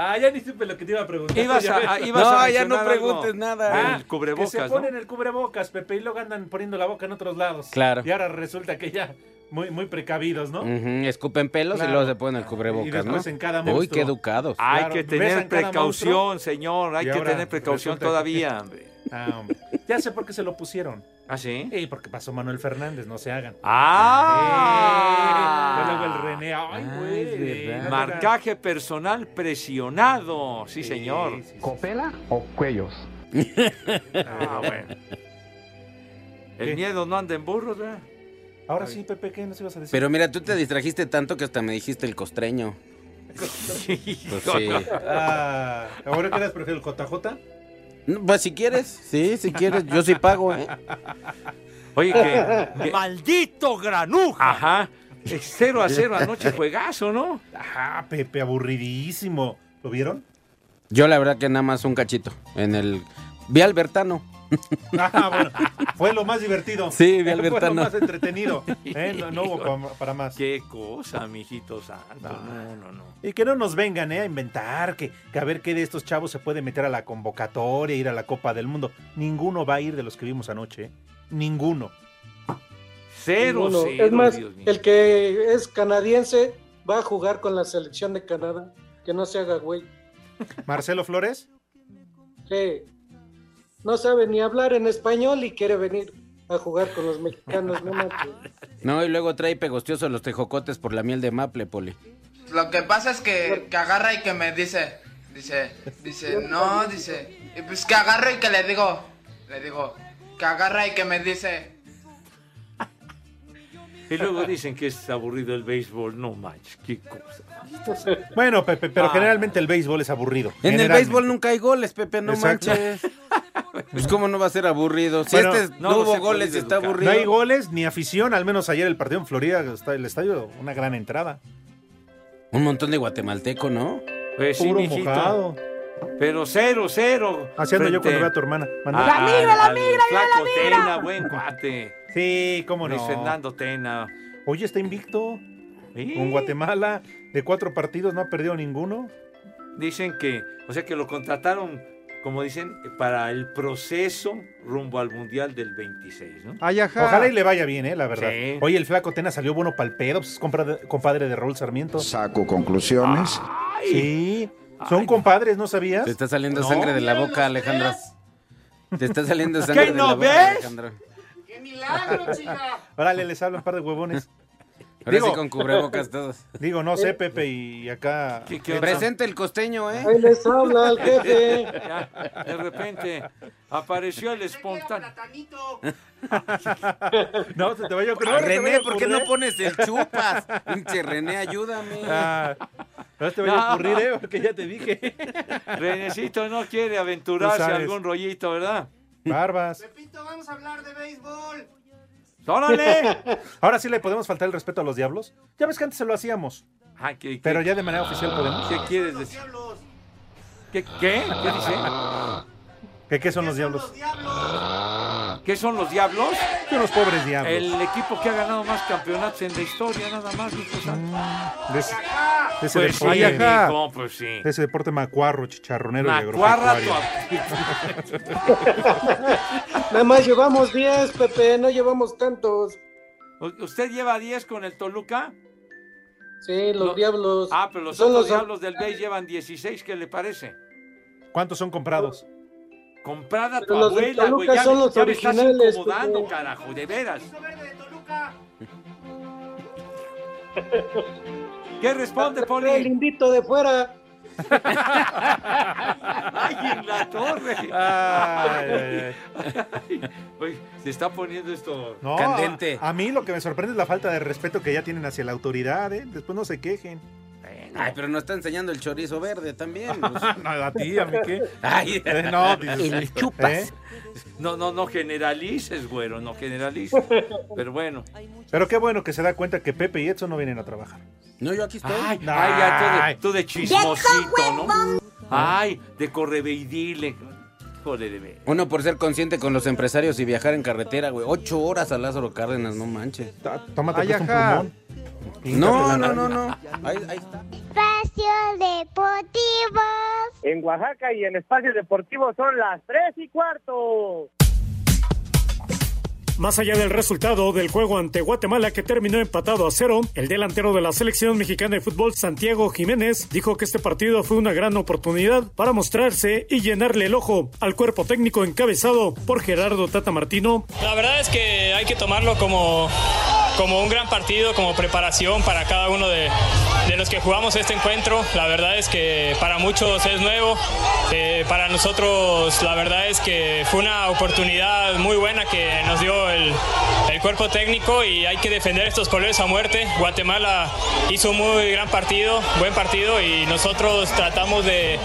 Speaker 6: Ah, ya ni supe lo que te iba a preguntar.
Speaker 1: Ibas
Speaker 6: Ya
Speaker 1: a-
Speaker 6: ves.
Speaker 1: ah, ibas a No, ya no mencionar
Speaker 5: preguntes algo nada. del
Speaker 6: Ah,
Speaker 5: cubrebocas,
Speaker 6: Que se
Speaker 5: ¿no?
Speaker 6: ponen el cubrebocas, Pepe, y luego andan poniendo la boca en otros lados.
Speaker 5: Claro.
Speaker 6: Y ahora resulta que ya, muy, muy precavidos, ¿no?
Speaker 5: Ujú, Escupen pelos y
Speaker 6: Claro.
Speaker 5: luego se ponen el
Speaker 6: Y
Speaker 5: cubrebocas, ¿no?
Speaker 6: después en cada
Speaker 5: Uy,
Speaker 6: monstruo.
Speaker 5: qué educados.
Speaker 1: Hay
Speaker 6: Claro,
Speaker 1: que
Speaker 6: besan
Speaker 1: tener
Speaker 6: cada
Speaker 1: precaución,
Speaker 6: monstruo.
Speaker 1: señor. Hay
Speaker 6: Y
Speaker 1: que
Speaker 6: ahora
Speaker 1: tener precaución
Speaker 6: resulta que-
Speaker 1: todavía, hombre.
Speaker 6: *laughs* Ah, hombre. Ya sé por qué se lo
Speaker 1: *laughs*
Speaker 6: pusieron.
Speaker 1: ¿Ah, sí?
Speaker 6: Sí, porque pasó Manuel Fernández, no se hagan.
Speaker 1: ¡Ah!
Speaker 6: Sí. Ya Pues luego el René, ay,
Speaker 5: Ah,
Speaker 6: güey.
Speaker 1: Eh, Marcaje personal presionado. Sí, señor.
Speaker 20: ¿Copela o
Speaker 2: *laughs*
Speaker 20: cuellos?
Speaker 1: Ah, bueno. El miedo no anda en burros, ¿verdad?
Speaker 6: Ahora sí, Pepe, ¿qué nos ibas a decir?
Speaker 5: Pero mira, tú te distrajiste tanto que hasta me dijiste el costreño. Pues sí.
Speaker 6: Ah, ¿Ahora qué les prefiero, el JJ?
Speaker 5: No, Pues si quieres, sí, si quieres, yo sí pago, ¿eh?
Speaker 1: Oye,
Speaker 5: que-
Speaker 6: *laughs*
Speaker 1: que- ¡Maldito granuja! Ajá. Es 0 a 0 anoche, juegazo, ¿no?
Speaker 6: Ajá, Ah, Pepe, aburridísimo. ¿Lo vieron?
Speaker 5: Yo la verdad que nada más un cachito. En el. Vi a Albertano.
Speaker 6: *laughs* Ah, bueno, fue lo más divertido.
Speaker 5: Sí, vi a
Speaker 6: Fue lo
Speaker 5: Albertano.
Speaker 6: más entretenido.
Speaker 5: *laughs*
Speaker 6: ¿eh? No, no hubo pa- para más. Ah.
Speaker 1: Qué cosa, mijito santo. No, no, no.
Speaker 6: Y que no nos vengan ¿eh? a inventar, que, que a ver qué de estos chavos se puede meter a la convocatoria, ir a la Copa del Mundo. Ninguno va a ir de los que vimos anoche. ¿eh? Ninguno.
Speaker 1: Cero,
Speaker 7: Ninguno.
Speaker 1: cero,
Speaker 7: es más, *laughs*
Speaker 1: Dios mío.
Speaker 7: el que es canadiense va a jugar con la selección de Canadá. Que no se haga güey.
Speaker 6: Marcelo Flores.
Speaker 7: que no sabe ni hablar en español y quiere venir a jugar con los mexicanos. No manches.
Speaker 5: No, y luego trae pegostioso los tejocotes por la miel de maple, Poli.
Speaker 21: Lo que pasa es que, que agarra y que me dice, dice, dice, no, dice, y pues que agarro y que le digo, le digo, que agarra y que me dice,
Speaker 1: Y luego dicen que es aburrido el béisbol. No manches, qué cosa.
Speaker 6: Bueno, Pepe, pero
Speaker 1: Ah.
Speaker 6: generalmente el béisbol es aburrido.
Speaker 5: En el
Speaker 6: Generalmente.
Speaker 5: béisbol nunca hay goles, Pepe, no
Speaker 6: Exacto.
Speaker 5: manches. Pues cómo no va a ser aburrido. Si
Speaker 6: Bueno,
Speaker 5: este no, hubo goles, está aburrido.
Speaker 6: No hay goles ni afición, al menos ayer el partido en Florida, está- el estadio, una gran entrada.
Speaker 5: Un montón de guatemalteco, ¿no?
Speaker 1: Pues sí,
Speaker 6: Puro
Speaker 1: mijito.
Speaker 6: mojado.
Speaker 1: Pero cero, cero.
Speaker 6: Haciendo yo cuando
Speaker 1: frente
Speaker 6: veo a tu hermana.
Speaker 1: a-
Speaker 6: Manuel. ¡La migra, la
Speaker 1: al
Speaker 6: migra, viva la
Speaker 1: flaco
Speaker 6: migra!
Speaker 1: Tena,
Speaker 6: *laughs*
Speaker 1: buen cuate.
Speaker 6: Sí, cómo no.
Speaker 1: Luis Fernando Tena.
Speaker 6: Hoy está invicto
Speaker 1: Sí.
Speaker 6: con Guatemala. De cuatro partidos no ha perdido ninguno.
Speaker 1: Dicen que, o sea, que lo contrataron, como dicen, para el proceso rumbo al Mundial del 26, ¿no?
Speaker 6: Ojalá y le vaya bien, eh, la verdad.
Speaker 1: Sí.
Speaker 6: Oye, el flaco Tena salió bueno pal pedo, pues, es compra- compadre de Raúl Sarmiento.
Speaker 2: Saco conclusiones.
Speaker 5: Ah.
Speaker 6: Sí. Son compadres, ¿no sabías?
Speaker 5: Te está saliendo
Speaker 6: No.
Speaker 5: sangre de la boca, Alejandra. Te
Speaker 6: *laughs*
Speaker 5: está saliendo sangre
Speaker 6: ¿Qué
Speaker 5: de
Speaker 6: no
Speaker 5: la boca,
Speaker 6: ves?
Speaker 5: Alejandra.
Speaker 6: *laughs* Órale, les hablan un par de huevones.
Speaker 5: Ahora sí con cubrebocas todos.
Speaker 6: Digo, no sé, Pepe, y acá.
Speaker 5: Presente el costeño, ¿eh?
Speaker 7: Ahí les habla el jefe.
Speaker 1: *laughs* Ya, de repente apareció el espontáneo.
Speaker 6: *laughs* No, se te vaya a ocurrir. no,
Speaker 5: Ah,
Speaker 6: se te
Speaker 5: René,
Speaker 6: vaya a
Speaker 5: ¿por qué
Speaker 6: ocurrir.
Speaker 5: no pones el chupas? Pinche René, ayúdame.
Speaker 6: Ah, *laughs* no se te vaya a ocurrir, eh, porque ya te dije.
Speaker 1: *laughs* Renecito no quiere aventurarse
Speaker 6: Tú
Speaker 1: a
Speaker 6: sabes.
Speaker 1: algún rollito, ¿verdad?
Speaker 6: Barbas.
Speaker 21: Pepito, vamos a hablar de béisbol.
Speaker 6: ¡Órale! *laughs* Ahora sí le podemos faltar el respeto a los diablos. Ya ves que antes se lo hacíamos.
Speaker 1: Ah, ¿qué- qué-
Speaker 6: Pero ya de manera oficial podemos.
Speaker 1: ¿Qué quieres decir? ¿Qué? ¿Qué, ¿Qué dice?
Speaker 6: ¿Qué, qué son los diablos?
Speaker 1: ¿Qué son los diablos?
Speaker 6: Son los pobres diablos.
Speaker 1: El equipo que ha ganado más campeonatos en la historia, nada más, hijo santo.
Speaker 6: De ese, de ese
Speaker 1: Pues sí,
Speaker 6: deporte.
Speaker 1: mijo, pues sí.
Speaker 6: De ese deporte macuarro, chicharronero
Speaker 1: Macuarra
Speaker 6: y
Speaker 1: tu-
Speaker 7: *laughs* Nada más llevamos 10, Pepe, no llevamos tantos.
Speaker 1: U- ¿Usted lleva 10 con el Toluca?
Speaker 7: Sí, los
Speaker 1: No.
Speaker 7: diablos.
Speaker 1: Ah, pero los
Speaker 7: Son
Speaker 1: otros
Speaker 7: los-
Speaker 1: diablos del BEI llevan 16, ¿qué le parece?
Speaker 6: ¿Cuántos son comprados?
Speaker 1: Comprada tu
Speaker 7: Pero los del
Speaker 1: abuela, güey.
Speaker 7: Toluca
Speaker 1: Ya,
Speaker 7: son
Speaker 1: me-
Speaker 7: los
Speaker 1: ya me estás
Speaker 7: originales,
Speaker 1: incomodando,
Speaker 7: porque-
Speaker 1: carajo, de
Speaker 6: *laughs*
Speaker 1: veras. ¿Qué responde, Poli?
Speaker 7: El invito de fuera.
Speaker 1: ¡Ay, en la torre!
Speaker 6: Ay,
Speaker 1: Oye, se está poniendo esto
Speaker 6: No,
Speaker 1: candente.
Speaker 6: A, a mí lo que me sorprende es la falta de respeto que ya tienen hacia la autoridad, ¿eh? Después no se quejen.
Speaker 5: Ay, pero nos está enseñando el chorizo verde
Speaker 6: *laughs*
Speaker 5: también. pues. Ah,
Speaker 6: No, a ti, a mí qué.
Speaker 5: Ay.
Speaker 6: *laughs* Eh,
Speaker 1: *laughs*
Speaker 6: no, dices,
Speaker 5: El chupas.
Speaker 6: ¿eh?
Speaker 1: No, no, no generalices, güero, no generalices. Pero bueno.
Speaker 6: Pero qué bueno que se da cuenta que Pepe y Edson no vienen a trabajar.
Speaker 5: No, yo aquí estoy.
Speaker 1: Ay, ay, ya, tú de, tú de chismosito, ¿no?
Speaker 5: huevón.
Speaker 1: Ay, de correveidile. Híjole de ver.
Speaker 5: Uno por ser consciente con los empresarios y viajar en carretera, güey. Ocho horas a Lázaro Cárdenas, no manches.
Speaker 6: Tómate
Speaker 5: Ay,
Speaker 6: pues, un
Speaker 5: ajá.
Speaker 6: pulmón.
Speaker 5: No,
Speaker 6: Píntatela.
Speaker 5: no, no, no. Ahí, ahí está.
Speaker 22: Espacio Deportivo. En Oaxaca y en Espacio Deportivo Pues son las tres y cuarto.
Speaker 23: Más allá del resultado del juego ante Guatemala que terminó empatado a cero, el delantero de la selección mexicana de fútbol Santiago Jiménez dijo que este partido fue una gran oportunidad para mostrarse y llenarle el ojo al cuerpo técnico encabezado por Gerardo Tata Martino.
Speaker 24: La verdad es que hay que tomarlo como, como un gran partido, como preparación para cada uno de, de en los que jugamos este encuentro. La verdad es que para muchos es nuevo. Eh, para nosotros la verdad es que fue una oportunidad muy buena que nos dio el, el cuerpo técnico y hay que defender estos colores a muerte. Guatemala hizo un muy gran partido, buen partido y nosotros tratamos de,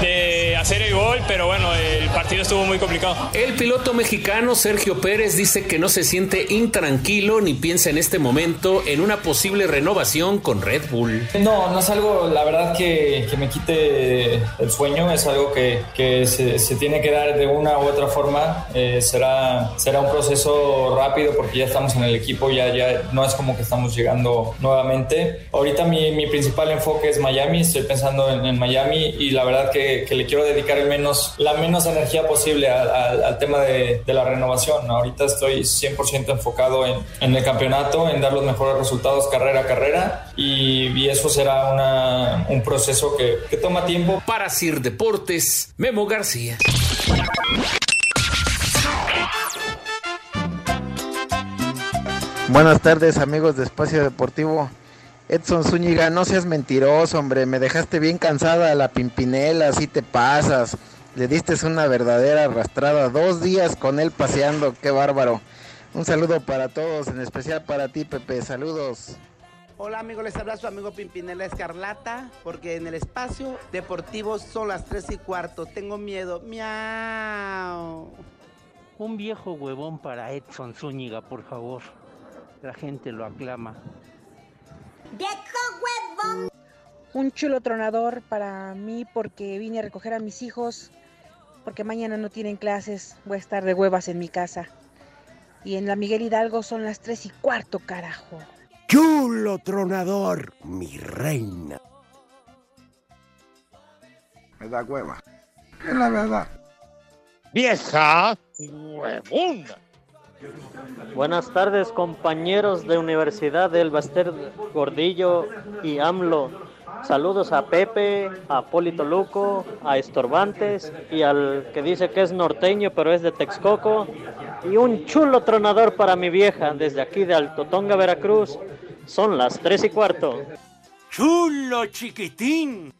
Speaker 24: de hacer el gol, pero bueno, el partido estuvo muy complicado.
Speaker 12: El piloto mexicano Sergio Pérez dice que no se siente intranquilo ni piensa en este momento en una posible renovación con Red Bull.
Speaker 8: No, no es algo, la verdad, que, que me quite el sueño, es algo que, que se, se, tiene que dar de una u otra forma. Eh, será, será un proceso rápido porque ya estamos en el equipo, ya, ya no es como que estamos llegando nuevamente. Ahorita mi, mi principal enfoque es Miami, estoy pensando en, en Miami y la verdad que, que, le quiero dedicar el menos, la menos energía posible a, a, al tema de, de, la renovación. Ahorita estoy 100% enfocado en, en, el campeonato, en dar los mejores resultados carrera a carrera y, y eso será una, un proceso que, que toma tiempo.
Speaker 12: Para Sir Deportes, Memo García.
Speaker 5: Buenas tardes amigos de Espacio Deportivo. Edson Zúñiga, no seas mentiroso, hombre, me dejaste bien cansada la pimpinela, así te pasas. Le diste una verdadera arrastrada, dos días con él paseando, qué bárbaro. Un saludo para todos, en especial para ti, Pepe, saludos.
Speaker 25: Hola amigos, les habla su amigo Pimpinela Escarlata, porque en el espacio deportivo son las 3 y cuarto, tengo miedo, miau.
Speaker 26: Un viejo huevón para Edson Zúñiga, por favor la gente lo aclama.
Speaker 27: Un chulo tronador para mí porque vine a recoger a mis hijos, porque mañana no tienen clases, voy a estar de huevas en mi casa. Y en la Miguel Hidalgo son las tres y cuarto, carajo.
Speaker 4: Chulo tronador, mi reina.
Speaker 28: Me da hueva. Es la verdad.
Speaker 4: Vieja huevona.
Speaker 29: Buenas tardes compañeros de Universidad del Baster Gordillo y AMLO. Saludos a Pepe, a Polito Luco, a Estorbantes y al que dice que es norteño pero es de Texcoco. Y un chulo tronador para mi vieja desde aquí de Altotonga, Veracruz. Son las tres y cuarto.
Speaker 4: ¡Chulo chiquitín!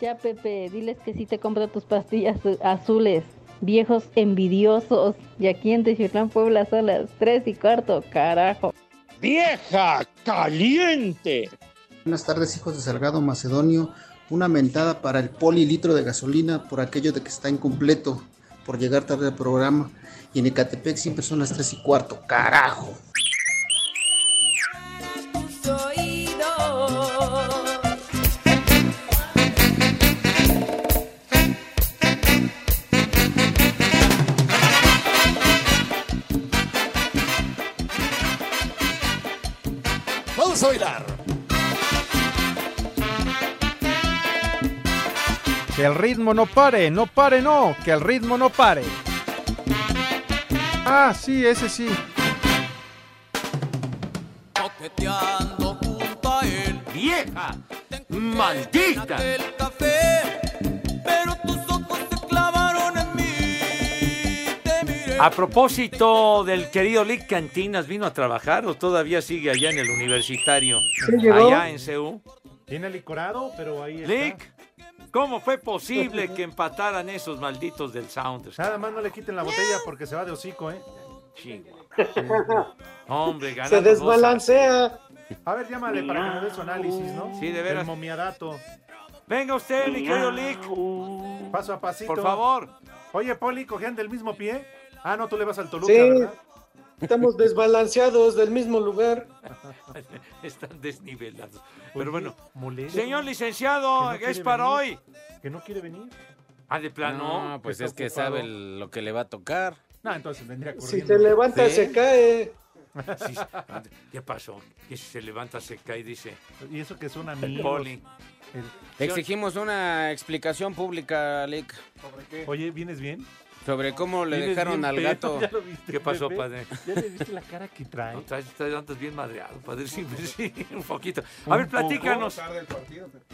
Speaker 30: Ya Pepe, diles que sí te compro tus pastillas azules viejos envidiosos. Y aquí en Teixutlán, Puebla, son las 3 y cuarto, carajo.
Speaker 4: ¡Vieja caliente!
Speaker 31: Buenas tardes, hijos de Salgado Macedonio. Una mentada para el polilitro de gasolina por aquello de que está incompleto por llegar tarde al programa. Y en Ecatepec siempre son las 3 y cuarto, carajo.
Speaker 4: a bailar.
Speaker 10: Que el ritmo no pare, no pare, no, que el ritmo no pare. Ah, sí, ese sí.
Speaker 4: ¡Vieja! ¡Maldita!
Speaker 1: A propósito del querido Lick Cantinas, ¿vino a trabajar o todavía sigue allá en el universitario?
Speaker 6: llegó?
Speaker 1: Allá en CEU.
Speaker 6: Tiene licorado, pero ahí está.
Speaker 1: Lick, ¿cómo fue posible que empataran esos malditos del Sounders?
Speaker 6: Pues Nada más no le quiten la botella porque se va de hocico, ¿eh?
Speaker 1: Chihuahua. *laughs*
Speaker 6: *laughs*
Speaker 1: Hombre, ganamos.
Speaker 7: Se desbalancea.
Speaker 6: A ver, llámale para que nos dé su análisis, ¿no?
Speaker 1: Sí, de veras.
Speaker 6: El momiadato.
Speaker 1: Venga usted, mi querido Lick.
Speaker 6: Paso a pasito.
Speaker 1: Por favor.
Speaker 6: Oye, Poli, ¿cogían del mismo pie? Ah, no, tú le vas al Toluca,
Speaker 1: *laughs*
Speaker 6: sí. ¿verdad?
Speaker 7: Estamos desbalanceados del mismo lugar.
Speaker 1: *laughs* Están desnivelados. Pero bueno, Oye, señor licenciado,
Speaker 6: que no
Speaker 1: es para
Speaker 6: venir.
Speaker 1: hoy.
Speaker 6: Que no quiere venir.
Speaker 1: Ah, de plano.
Speaker 32: No, pues es ocupado. que sabe lo que le va a tocar.
Speaker 6: No, entonces vendría
Speaker 7: Si se levanta, ¿Sí? se
Speaker 6: *laughs*
Speaker 7: cae.
Speaker 1: Sí, ¿Qué pasó? Que si se levanta, se cae, dice.
Speaker 6: Y eso que son amigos.
Speaker 1: El poli.
Speaker 32: El... Exigimos una explicación pública, Alec.
Speaker 6: ¿Sobre qué? Oye, ¿vienes bien?
Speaker 32: Sobre cómo le dejaron al gato.
Speaker 6: *laughs* ¿Ya lo viste,
Speaker 1: ¿Qué pasó,
Speaker 6: Pepe?
Speaker 1: padre?
Speaker 6: ¿Ya le viste la cara que
Speaker 1: *laughs*
Speaker 6: trae?
Speaker 1: No, traes, traes antes bien madreado, padre. Sí, sí, un poquito. A ver, platícanos.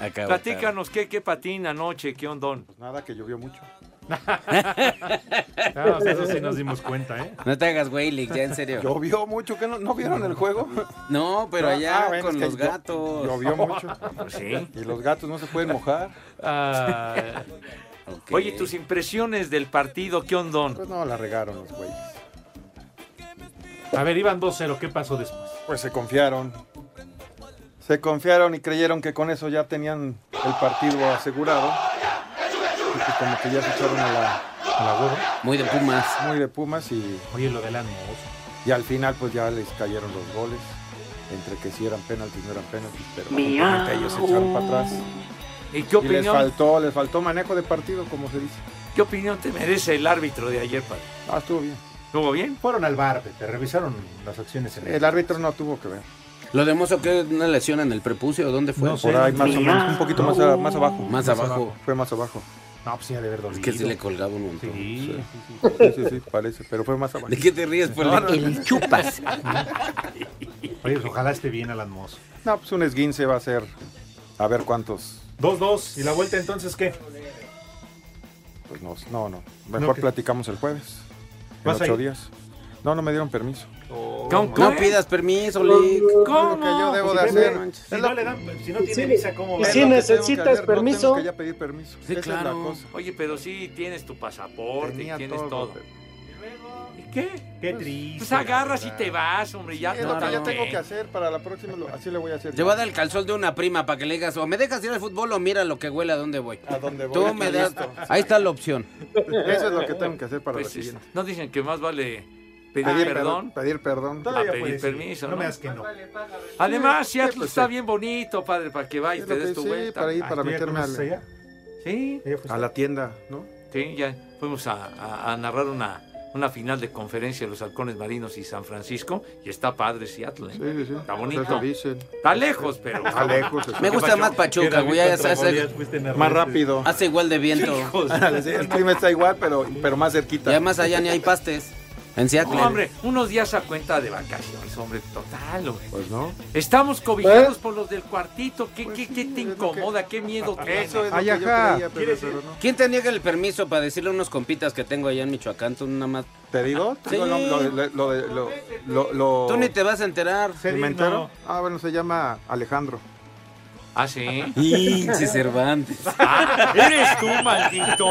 Speaker 32: Acabo
Speaker 1: platícanos, ¿qué, ¿qué patín anoche? ¿Qué ondón? *laughs*
Speaker 33: Pues nada, que llovió mucho.
Speaker 6: No, pues eso sí nos dimos cuenta, ¿eh?
Speaker 5: No te hagas güey, Lick, ya en serio.
Speaker 10: Llovió mucho, ¿qué no, no vieron el juego?
Speaker 5: No, pero
Speaker 10: Ah,
Speaker 5: allá
Speaker 10: ah, bueno,
Speaker 5: con
Speaker 10: es que
Speaker 5: los
Speaker 10: llo-
Speaker 5: gatos.
Speaker 10: Llovió *laughs* mucho.
Speaker 1: Sí.
Speaker 10: Y los gatos no se pueden mojar.
Speaker 1: Ah,
Speaker 10: Ok.
Speaker 1: Oye, tus impresiones del partido, ¿qué ondón?
Speaker 10: Pues no, la regaron los güeyes.
Speaker 6: A ver, iban 2-0, ¿qué pasó después?
Speaker 10: Pues se confiaron. Se confiaron y creyeron que con eso ya tenían el partido asegurado. Y que como que ya se echaron a la, a la hueva.
Speaker 5: Muy de Pumas.
Speaker 10: Muy de Pumas y.
Speaker 6: Oye, lo de la
Speaker 10: Y al final, pues ya les cayeron los goles. Entre que si eran penaltis, no eran penaltis, pero
Speaker 1: Miau.
Speaker 10: obviamente ellos se echaron para atrás.
Speaker 1: ¿Y qué
Speaker 10: Y les
Speaker 1: opinión?
Speaker 10: faltó, les faltó manejo de partido, como se dice.
Speaker 1: ¿Qué opinión te merece el árbitro de ayer, padre?
Speaker 10: Ah, estuvo bien.
Speaker 1: ¿Estuvo bien?
Speaker 6: Fueron al bar, te revisaron las acciones en
Speaker 10: El árbitro no tuvo que ver.
Speaker 5: Lo de Mozo, que una lesión en el prepucio, ¿dónde fue?
Speaker 10: No sé. Por ahí, más o menos, un poquito más a- más abajo.
Speaker 5: Más,
Speaker 10: Más
Speaker 5: abajo.
Speaker 10: abajo. Fue más abajo.
Speaker 6: No, pues sí, ha de haber dolido.
Speaker 5: Es que sí le colgaba un montón.
Speaker 6: Sí.
Speaker 10: Sí, sí, sí, parece, pero fue más abajo.
Speaker 5: ¿De qué te ríes, por
Speaker 10: No, no, no.
Speaker 5: El chupas.
Speaker 6: Oye, pues ojalá esté bien Alan Mozo.
Speaker 10: No, pues un esguince va a ser. A ver cuántos.
Speaker 6: 2-2, ¿y la vuelta entonces qué?
Speaker 10: Pues no, no, no.
Speaker 6: No,
Speaker 10: Mejor
Speaker 6: ¿qué?
Speaker 10: platicamos el jueves. En
Speaker 6: ¿Vas Oh. ¿Eh? a
Speaker 10: ocho
Speaker 6: ir?
Speaker 10: días. No, no me dieron permiso.
Speaker 6: ¿Cómo?
Speaker 5: No pidas permiso, Lick.
Speaker 6: ¿Cómo?
Speaker 10: Lo que yo debo de
Speaker 6: Si no le-
Speaker 10: hacer.
Speaker 6: Si no, le dan, si no tiene visa, ¿cómo
Speaker 10: Y
Speaker 6: va?
Speaker 10: si
Speaker 6: Es lo que tengo
Speaker 10: necesitas
Speaker 6: que hacer, no tengo
Speaker 10: permiso.
Speaker 6: que ya-
Speaker 10: pedir permiso.
Speaker 1: Sí,
Speaker 10: Esa es la
Speaker 1: claro.
Speaker 10: cosa.
Speaker 1: Oye, pero sí tienes tu pasaporte, y
Speaker 10: Tenía
Speaker 1: tienes
Speaker 10: todo,
Speaker 1: todo.
Speaker 10: Pepe.
Speaker 1: ¿Y qué?
Speaker 6: Qué triste.
Speaker 1: Pues agarras y te vas, hombre, ya.
Speaker 10: Es lo que yo tengo que hacer para la próxima. lo- Así le voy a hacer.
Speaker 5: Te voy a dar el calzón de una prima para que le digas, o me dejas ir al fútbol o mira lo que huele a dónde voy.
Speaker 10: ¿A dónde voy? *laughs*
Speaker 5: Tú me das.
Speaker 10: Listo.
Speaker 5: Ahí está la opción.
Speaker 10: *laughs* Eso es lo que tengo que hacer para
Speaker 1: Pues,
Speaker 10: la siguiente.
Speaker 1: no dicen que más vale pedir
Speaker 10: pedir
Speaker 1: perdón.
Speaker 10: Pedir perdón.
Speaker 1: a pedir permiso,
Speaker 6: No,
Speaker 1: ¿no?
Speaker 6: me das que no.
Speaker 1: Además, Seattle
Speaker 10: Sí, pues,
Speaker 1: está
Speaker 10: sí.
Speaker 1: bien bonito, padre, para que vayas y
Speaker 10: Es
Speaker 1: te
Speaker 10: lo
Speaker 1: des
Speaker 10: que
Speaker 1: tu
Speaker 10: sí,
Speaker 1: vuelta.
Speaker 10: para ir,
Speaker 1: Ah,
Speaker 10: para
Speaker 1: ¿tú ya
Speaker 10: meterme
Speaker 1: conoces
Speaker 10: al-
Speaker 1: allá? Sí.
Speaker 10: A la tienda, ¿no?
Speaker 1: Sí, ya fuimos a, a- a narrar una, una final de conferencia de los halcones marinos y San Francisco y está padre Seattle. ¿eh? Está bonito.
Speaker 10: Pues Eso dicen.
Speaker 1: Está lejos, pero...
Speaker 10: Está lejos, está
Speaker 5: Me gusta más Pachuca, güey. ya se hace-
Speaker 10: Más rápido.
Speaker 5: Hace igual de viento.
Speaker 10: Sí, el clima está igual, pero, pero más cerquita.
Speaker 5: Ya más allá ni hay pastes. En Seattle.
Speaker 1: No, hombre, unos días a cuenta de vacaciones, hombre, total, hombre.
Speaker 10: Pues no. ¿Eh? Pues
Speaker 1: Estamos cobijados por los del cuartito. ¿Qué, qué, qué te incomoda? ¿Qué miedo tienes?
Speaker 10: Eso es lo
Speaker 5: Ay,
Speaker 10: que yo
Speaker 5: ajá.
Speaker 10: creía, pero-
Speaker 1: ¿Quieres
Speaker 10: pero
Speaker 1: ir?
Speaker 10: no.
Speaker 5: ¿Quién te niega el permiso para decirle a unos compitas que tengo allá en Michoacán? Tú nada más.
Speaker 10: ¿Te digo?
Speaker 5: Sí.
Speaker 10: Digo, lo- lo- lo- lo- lo- lo-
Speaker 5: Tú ni te vas a enterar.
Speaker 10: ¿Me entero? Ah, bueno, se llama Alejandro.
Speaker 1: Ah, sí.
Speaker 10: *laughs*
Speaker 1: Ah.
Speaker 5: Pinche Cervantes.
Speaker 1: ¿Eres tú, maldito?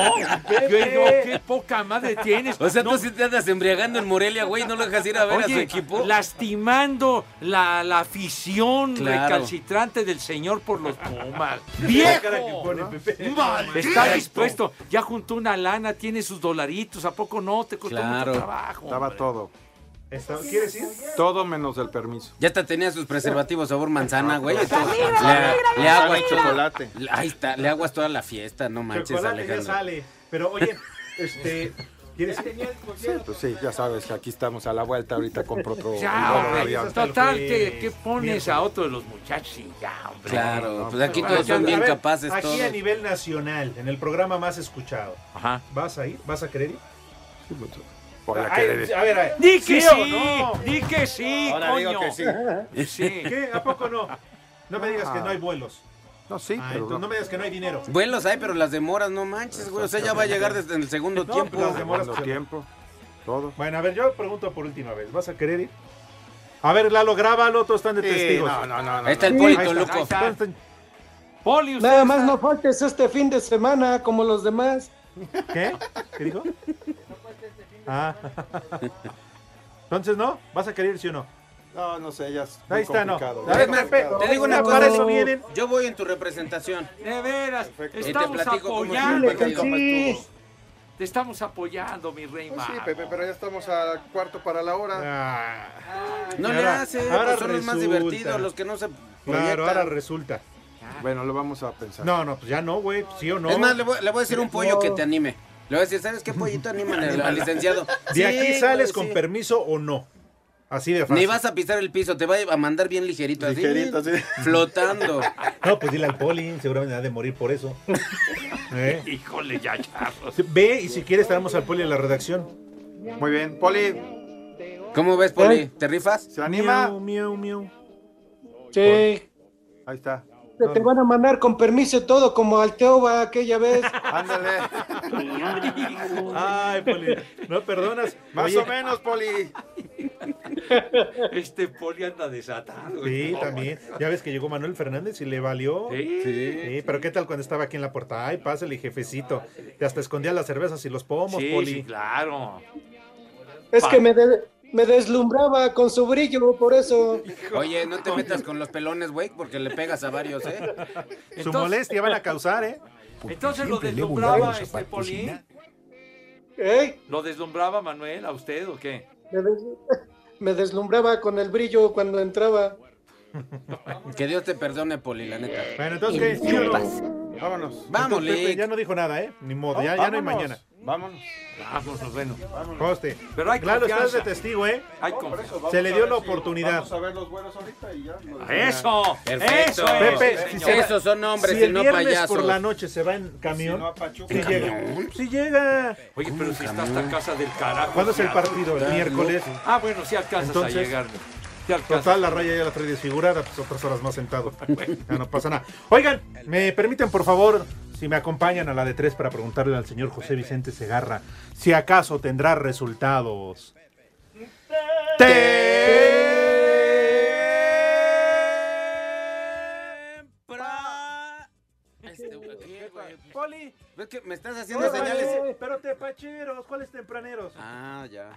Speaker 1: Pero qué poca madre tienes.
Speaker 5: O sea, tú sí te andas embriagando en Morelia, güey. No lo dejas ir a ver a su
Speaker 1: Oye,
Speaker 5: equipo.
Speaker 1: lastimando la, la afición
Speaker 5: Claro.
Speaker 1: recalcitrante del señor por los Pumas. ¡Viejo! Está dispuesto. Ya juntó una lana, tiene sus dolaritos. ¿A poco no? Te costó
Speaker 5: Claro.
Speaker 1: mucho trabajo.
Speaker 10: Estaba todo.
Speaker 6: Está- ¿Quieres ir?
Speaker 10: Todo menos el permiso. Ah,
Speaker 5: Ya hasta tenía sus preservativos sabor manzana, güey. Esto-
Speaker 10: mira,
Speaker 5: le, le aguas
Speaker 10: mira.
Speaker 5: todo-
Speaker 10: Chocolate.
Speaker 5: Ahí está, le aguas toda la fiesta, no manches,
Speaker 6: Chocolate ya
Speaker 5: Alejandro.
Speaker 6: sale. Pero oye, *laughs* este. ¿Quieres ir?
Speaker 10: Sí, pues sí, ya sabes que aquí estamos a la vuelta. Ahorita compro otro.
Speaker 1: Ya,
Speaker 10: otro
Speaker 1: hombre,
Speaker 10: avión.
Speaker 1: Total, que, que pones a otro de los muchachos y ya, hombre.
Speaker 5: Claro, pues
Speaker 1: No,
Speaker 5: aquí
Speaker 1: no,
Speaker 5: todos
Speaker 1: no,
Speaker 5: son
Speaker 1: a
Speaker 5: bien
Speaker 1: ver,
Speaker 5: capaces
Speaker 6: Aquí
Speaker 5: todos.
Speaker 6: a nivel nacional, en el programa más escuchado.
Speaker 1: Ajá.
Speaker 6: ¿Vas a ir? ¿Vas a querer ir?
Speaker 10: Voy a
Speaker 6: Ay,
Speaker 10: querer-
Speaker 6: a ver, a ver.
Speaker 1: Di que
Speaker 6: ¿Sí o
Speaker 1: sí,
Speaker 6: no?
Speaker 1: di que sí,
Speaker 10: Ahora
Speaker 1: coño.
Speaker 10: digo que
Speaker 6: *laughs*
Speaker 10: sí.
Speaker 1: Sí.
Speaker 6: ¿Qué? ¿A poco no? No me digas
Speaker 5: Ah.
Speaker 6: que no hay vuelos.
Speaker 10: No, sí,
Speaker 6: Ah,
Speaker 5: pero
Speaker 6: entonces
Speaker 5: no.
Speaker 6: no me digas que no hay dinero.
Speaker 5: Vuelos hay, pero las demoras, no manches, güey. O sea, ya va a llegar desde el segundo
Speaker 6: No,
Speaker 5: tiempo.
Speaker 6: pues las demoras Segundo
Speaker 10: tiempo, todo.
Speaker 6: Bueno, a ver, yo pregunto por última vez. ¿Vas a querer ir? A ver, Lalo, grábalo, todos están de
Speaker 10: Sí,
Speaker 6: testigos.
Speaker 10: no, no, no, no,
Speaker 5: Ahí está el no.
Speaker 6: polito
Speaker 5: Polito Luco.
Speaker 1: Poli,
Speaker 7: Nada más no faltes este fin de semana como los demás.
Speaker 6: ¿Qué? ¿Qué *laughs* dijo? Ah. *laughs* Entonces, ¿no? ¿Vas a querer ir, sí o no?
Speaker 10: No, no sé, ya es muy
Speaker 6: Ahí está, no.
Speaker 10: complicado.
Speaker 6: A ver,
Speaker 10: Muy
Speaker 6: Pepe,
Speaker 10: complicado.
Speaker 5: Te digo una cosa.
Speaker 6: Para eso vienen.
Speaker 5: Yo voy en tu representación.
Speaker 1: De veras,
Speaker 5: Y te
Speaker 1: estamos
Speaker 5: platico cómo
Speaker 1: apoyando.
Speaker 5: estuvo el partido.
Speaker 1: Te estamos apoyando, mi rey
Speaker 10: Pues sí,
Speaker 1: mago.
Speaker 10: Pepe, pero ya estamos a cuarto para la hora.
Speaker 5: No
Speaker 10: Y
Speaker 5: le
Speaker 10: ahora-
Speaker 5: hace,
Speaker 10: ahora
Speaker 5: pues son los más
Speaker 10: resulta.
Speaker 5: divertidos, los que no se.
Speaker 6: Claro,
Speaker 5: proyectan.
Speaker 6: ahora resulta.
Speaker 5: Ah.
Speaker 10: Bueno, lo vamos a pensar.
Speaker 6: No, no, pues ya no, güey.
Speaker 5: *laughs*
Speaker 6: Sí o no.
Speaker 5: Es más, le voy, le voy a decir un pollo
Speaker 6: No.
Speaker 5: que te anime. Le voy a decir, ¿sabes qué pollito anima al- al
Speaker 6: Anímala.
Speaker 5: licenciado?
Speaker 6: De
Speaker 5: Sí,
Speaker 6: aquí sales
Speaker 5: güey,
Speaker 6: con
Speaker 5: sí.
Speaker 6: permiso o no. Así de fácil.
Speaker 5: Ni vas a pisar el piso, te va a mandar bien ligerito, así.
Speaker 6: Ligerito, así.
Speaker 5: Flotando.
Speaker 6: No, pues dile al poli, seguramente ha de morir por
Speaker 5: *laughs*
Speaker 6: eso. *laughs* ¿Eh?
Speaker 1: Híjole, ya, pues, charros.
Speaker 6: Ve y si quieres traemos al poli a la redacción.
Speaker 10: Muy bien, Poli.
Speaker 5: ¿Cómo ves,
Speaker 1: ¿Eh?
Speaker 5: Poli? ¿Te rifas?
Speaker 10: ¿Se anima?
Speaker 6: Miau, miau, miau.
Speaker 7: Sí.
Speaker 10: Ahí está.
Speaker 7: Te, te van a mandar con permiso y todo, como al Teoba aquella
Speaker 6: *laughs*
Speaker 7: vez.
Speaker 6: Ándale. Ay, Poli. No perdonas.
Speaker 10: Más
Speaker 6: Oye,
Speaker 10: o menos, Poli.
Speaker 1: *laughs* Este poli anda desatado. güey.
Speaker 6: Sí,
Speaker 1: No,
Speaker 6: también. Ya ves que llegó Manuel Fernández y le valió.
Speaker 1: Sí.
Speaker 6: Sí, Pero ¿qué tal cuando estaba aquí en la puerta? Ay, pásale, jefecito. Te hasta escondía las cervezas y los pomos,
Speaker 1: Sí,
Speaker 6: Poli.
Speaker 1: sí, claro.
Speaker 7: Es que me, de- me deslumbraba con su brillo, por eso.
Speaker 5: Oye, no te metas con los pelones, güey, porque le pegas a varios, ¿eh?
Speaker 6: Su molestia van a causar, ¿eh?
Speaker 1: Entonces lo
Speaker 6: siempre le
Speaker 1: deslumbraba
Speaker 6: gustaron los
Speaker 1: este poli.
Speaker 7: ¿Eh?
Speaker 1: ¿Lo deslumbraba Manuel a usted o qué?
Speaker 7: Me, des- *laughs* me deslumbraba con el brillo cuando entraba.
Speaker 5: *laughs* Que Dios te perdone, Poli, la neta.
Speaker 6: Bueno, entonces, ¿qué? ¿Sí o no?
Speaker 10: Vámonos.
Speaker 5: Vamos,
Speaker 6: Entonces, Pepe
Speaker 5: Lick.
Speaker 6: ya no dijo nada, ¿eh? Ni modo, ya, ya no hay mañana.
Speaker 10: Vámonos.
Speaker 1: Vámonos, bueno.
Speaker 6: Coste.
Speaker 1: Pero hay
Speaker 6: Claro, estás
Speaker 1: confianza.
Speaker 6: de testigo, ¿eh?
Speaker 1: Hay confianza.
Speaker 6: Se le dio la oportunidad.
Speaker 10: Vamos a ver los buenos ahorita y ya. pues, nos-
Speaker 1: Eso,
Speaker 5: Perfecto.
Speaker 6: eso es,
Speaker 5: Pepe,
Speaker 6: señor.
Speaker 5: si se- Esos son hombres
Speaker 6: si
Speaker 5: y
Speaker 6: el
Speaker 5: no
Speaker 6: viernes
Speaker 5: payasos.
Speaker 6: por la noche se va en camión.
Speaker 10: Si no a Pachuca.
Speaker 6: sí
Speaker 10: ¿En
Speaker 6: llega. Sí llega.
Speaker 1: Oye, pero si está hasta casa del carajo.
Speaker 6: ¿Cuándo es el
Speaker 1: Seattle.
Speaker 6: partido? ¿El miércoles?
Speaker 1: Ah, bueno, sí alcanzas a
Speaker 6: Entonces,
Speaker 1: llegar. Sí alcanzas.
Speaker 6: Total, la raya ya la trae desfigurada, pues otras horas más sentado. Ya no pasa nada. Oigan, me permiten, por favor, si me acompañan a la de tres para preguntarle al señor José Vicente Segarra si acaso tendrá resultados.
Speaker 5: este
Speaker 6: Poli.
Speaker 5: ¿Ves que me estás haciendo
Speaker 6: Órale,
Speaker 5: señales?
Speaker 6: Pero tepacheros, ¿cuáles tempraneros?
Speaker 5: Ah, ya.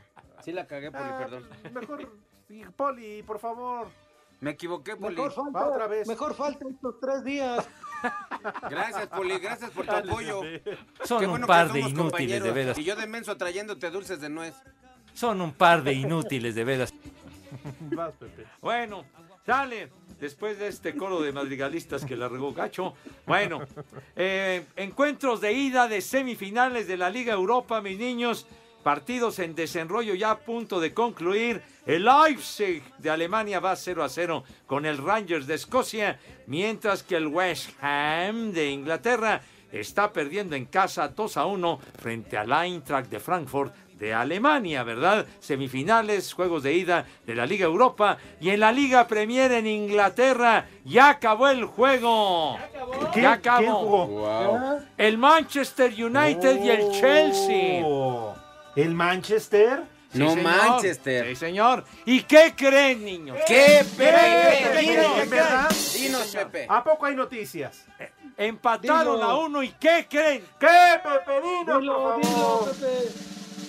Speaker 5: Sí la cagué, Poli,
Speaker 6: Ah,
Speaker 5: perdón.
Speaker 6: Mejor, sí, Poli, por favor.
Speaker 5: Me equivoqué, Poli.
Speaker 7: Mejor falta,
Speaker 6: Va otra vez.
Speaker 7: mejor falta estos tres días.
Speaker 5: Gracias, Poli, gracias por tu
Speaker 7: Dale,
Speaker 5: apoyo.
Speaker 1: Son
Speaker 5: Qué
Speaker 1: un
Speaker 5: bueno que
Speaker 1: par de
Speaker 5: somos
Speaker 1: inútiles, de
Speaker 5: compañeros.
Speaker 1: veras.
Speaker 5: Y yo de menso trayéndote dulces de nuez.
Speaker 1: Son un par de inútiles, de veras.
Speaker 6: Vas, Pepe.
Speaker 1: Bueno, sale. Después de este coro de madrigalistas que largó Gacho. Bueno, eh, encuentros de ida de semifinales de la Liga Europa, mis niños. Partidos en desenrollo ya a punto de concluir. El Leipzig de Alemania va 0 a 0 con el Rangers de Escocia, mientras que el West Ham de Inglaterra está perdiendo en casa 2 a 1 frente al Eintracht de Frankfurt de Alemania, ¿verdad? Semifinales, juegos de ida de la Liga Europa y en la Liga Premier en Inglaterra ya acabó el juego.
Speaker 6: ¿Quién-
Speaker 1: Ya acabó.
Speaker 6: quién jugó? ¿Ah?
Speaker 1: El Manchester United y el Chelsea.
Speaker 6: Oh, ¿El Manchester?
Speaker 1: Sí,
Speaker 5: No
Speaker 1: señor.
Speaker 5: Manchester.
Speaker 1: Sí, señor. ¿Y qué creen, niños?
Speaker 5: ¿Qué,
Speaker 6: Pepe?
Speaker 1: ¿Qué creen?
Speaker 6: ¿En verdad?
Speaker 5: Dinos, Pepe.
Speaker 6: ¿A poco hay noticias?
Speaker 1: Eh, Empataron
Speaker 6: Dilo.
Speaker 1: a uno y ¿qué creen?
Speaker 6: ¿Qué, Pepe? Dinos,
Speaker 7: Dilo,
Speaker 6: por
Speaker 7: dilo,
Speaker 6: favor.
Speaker 7: Pepe.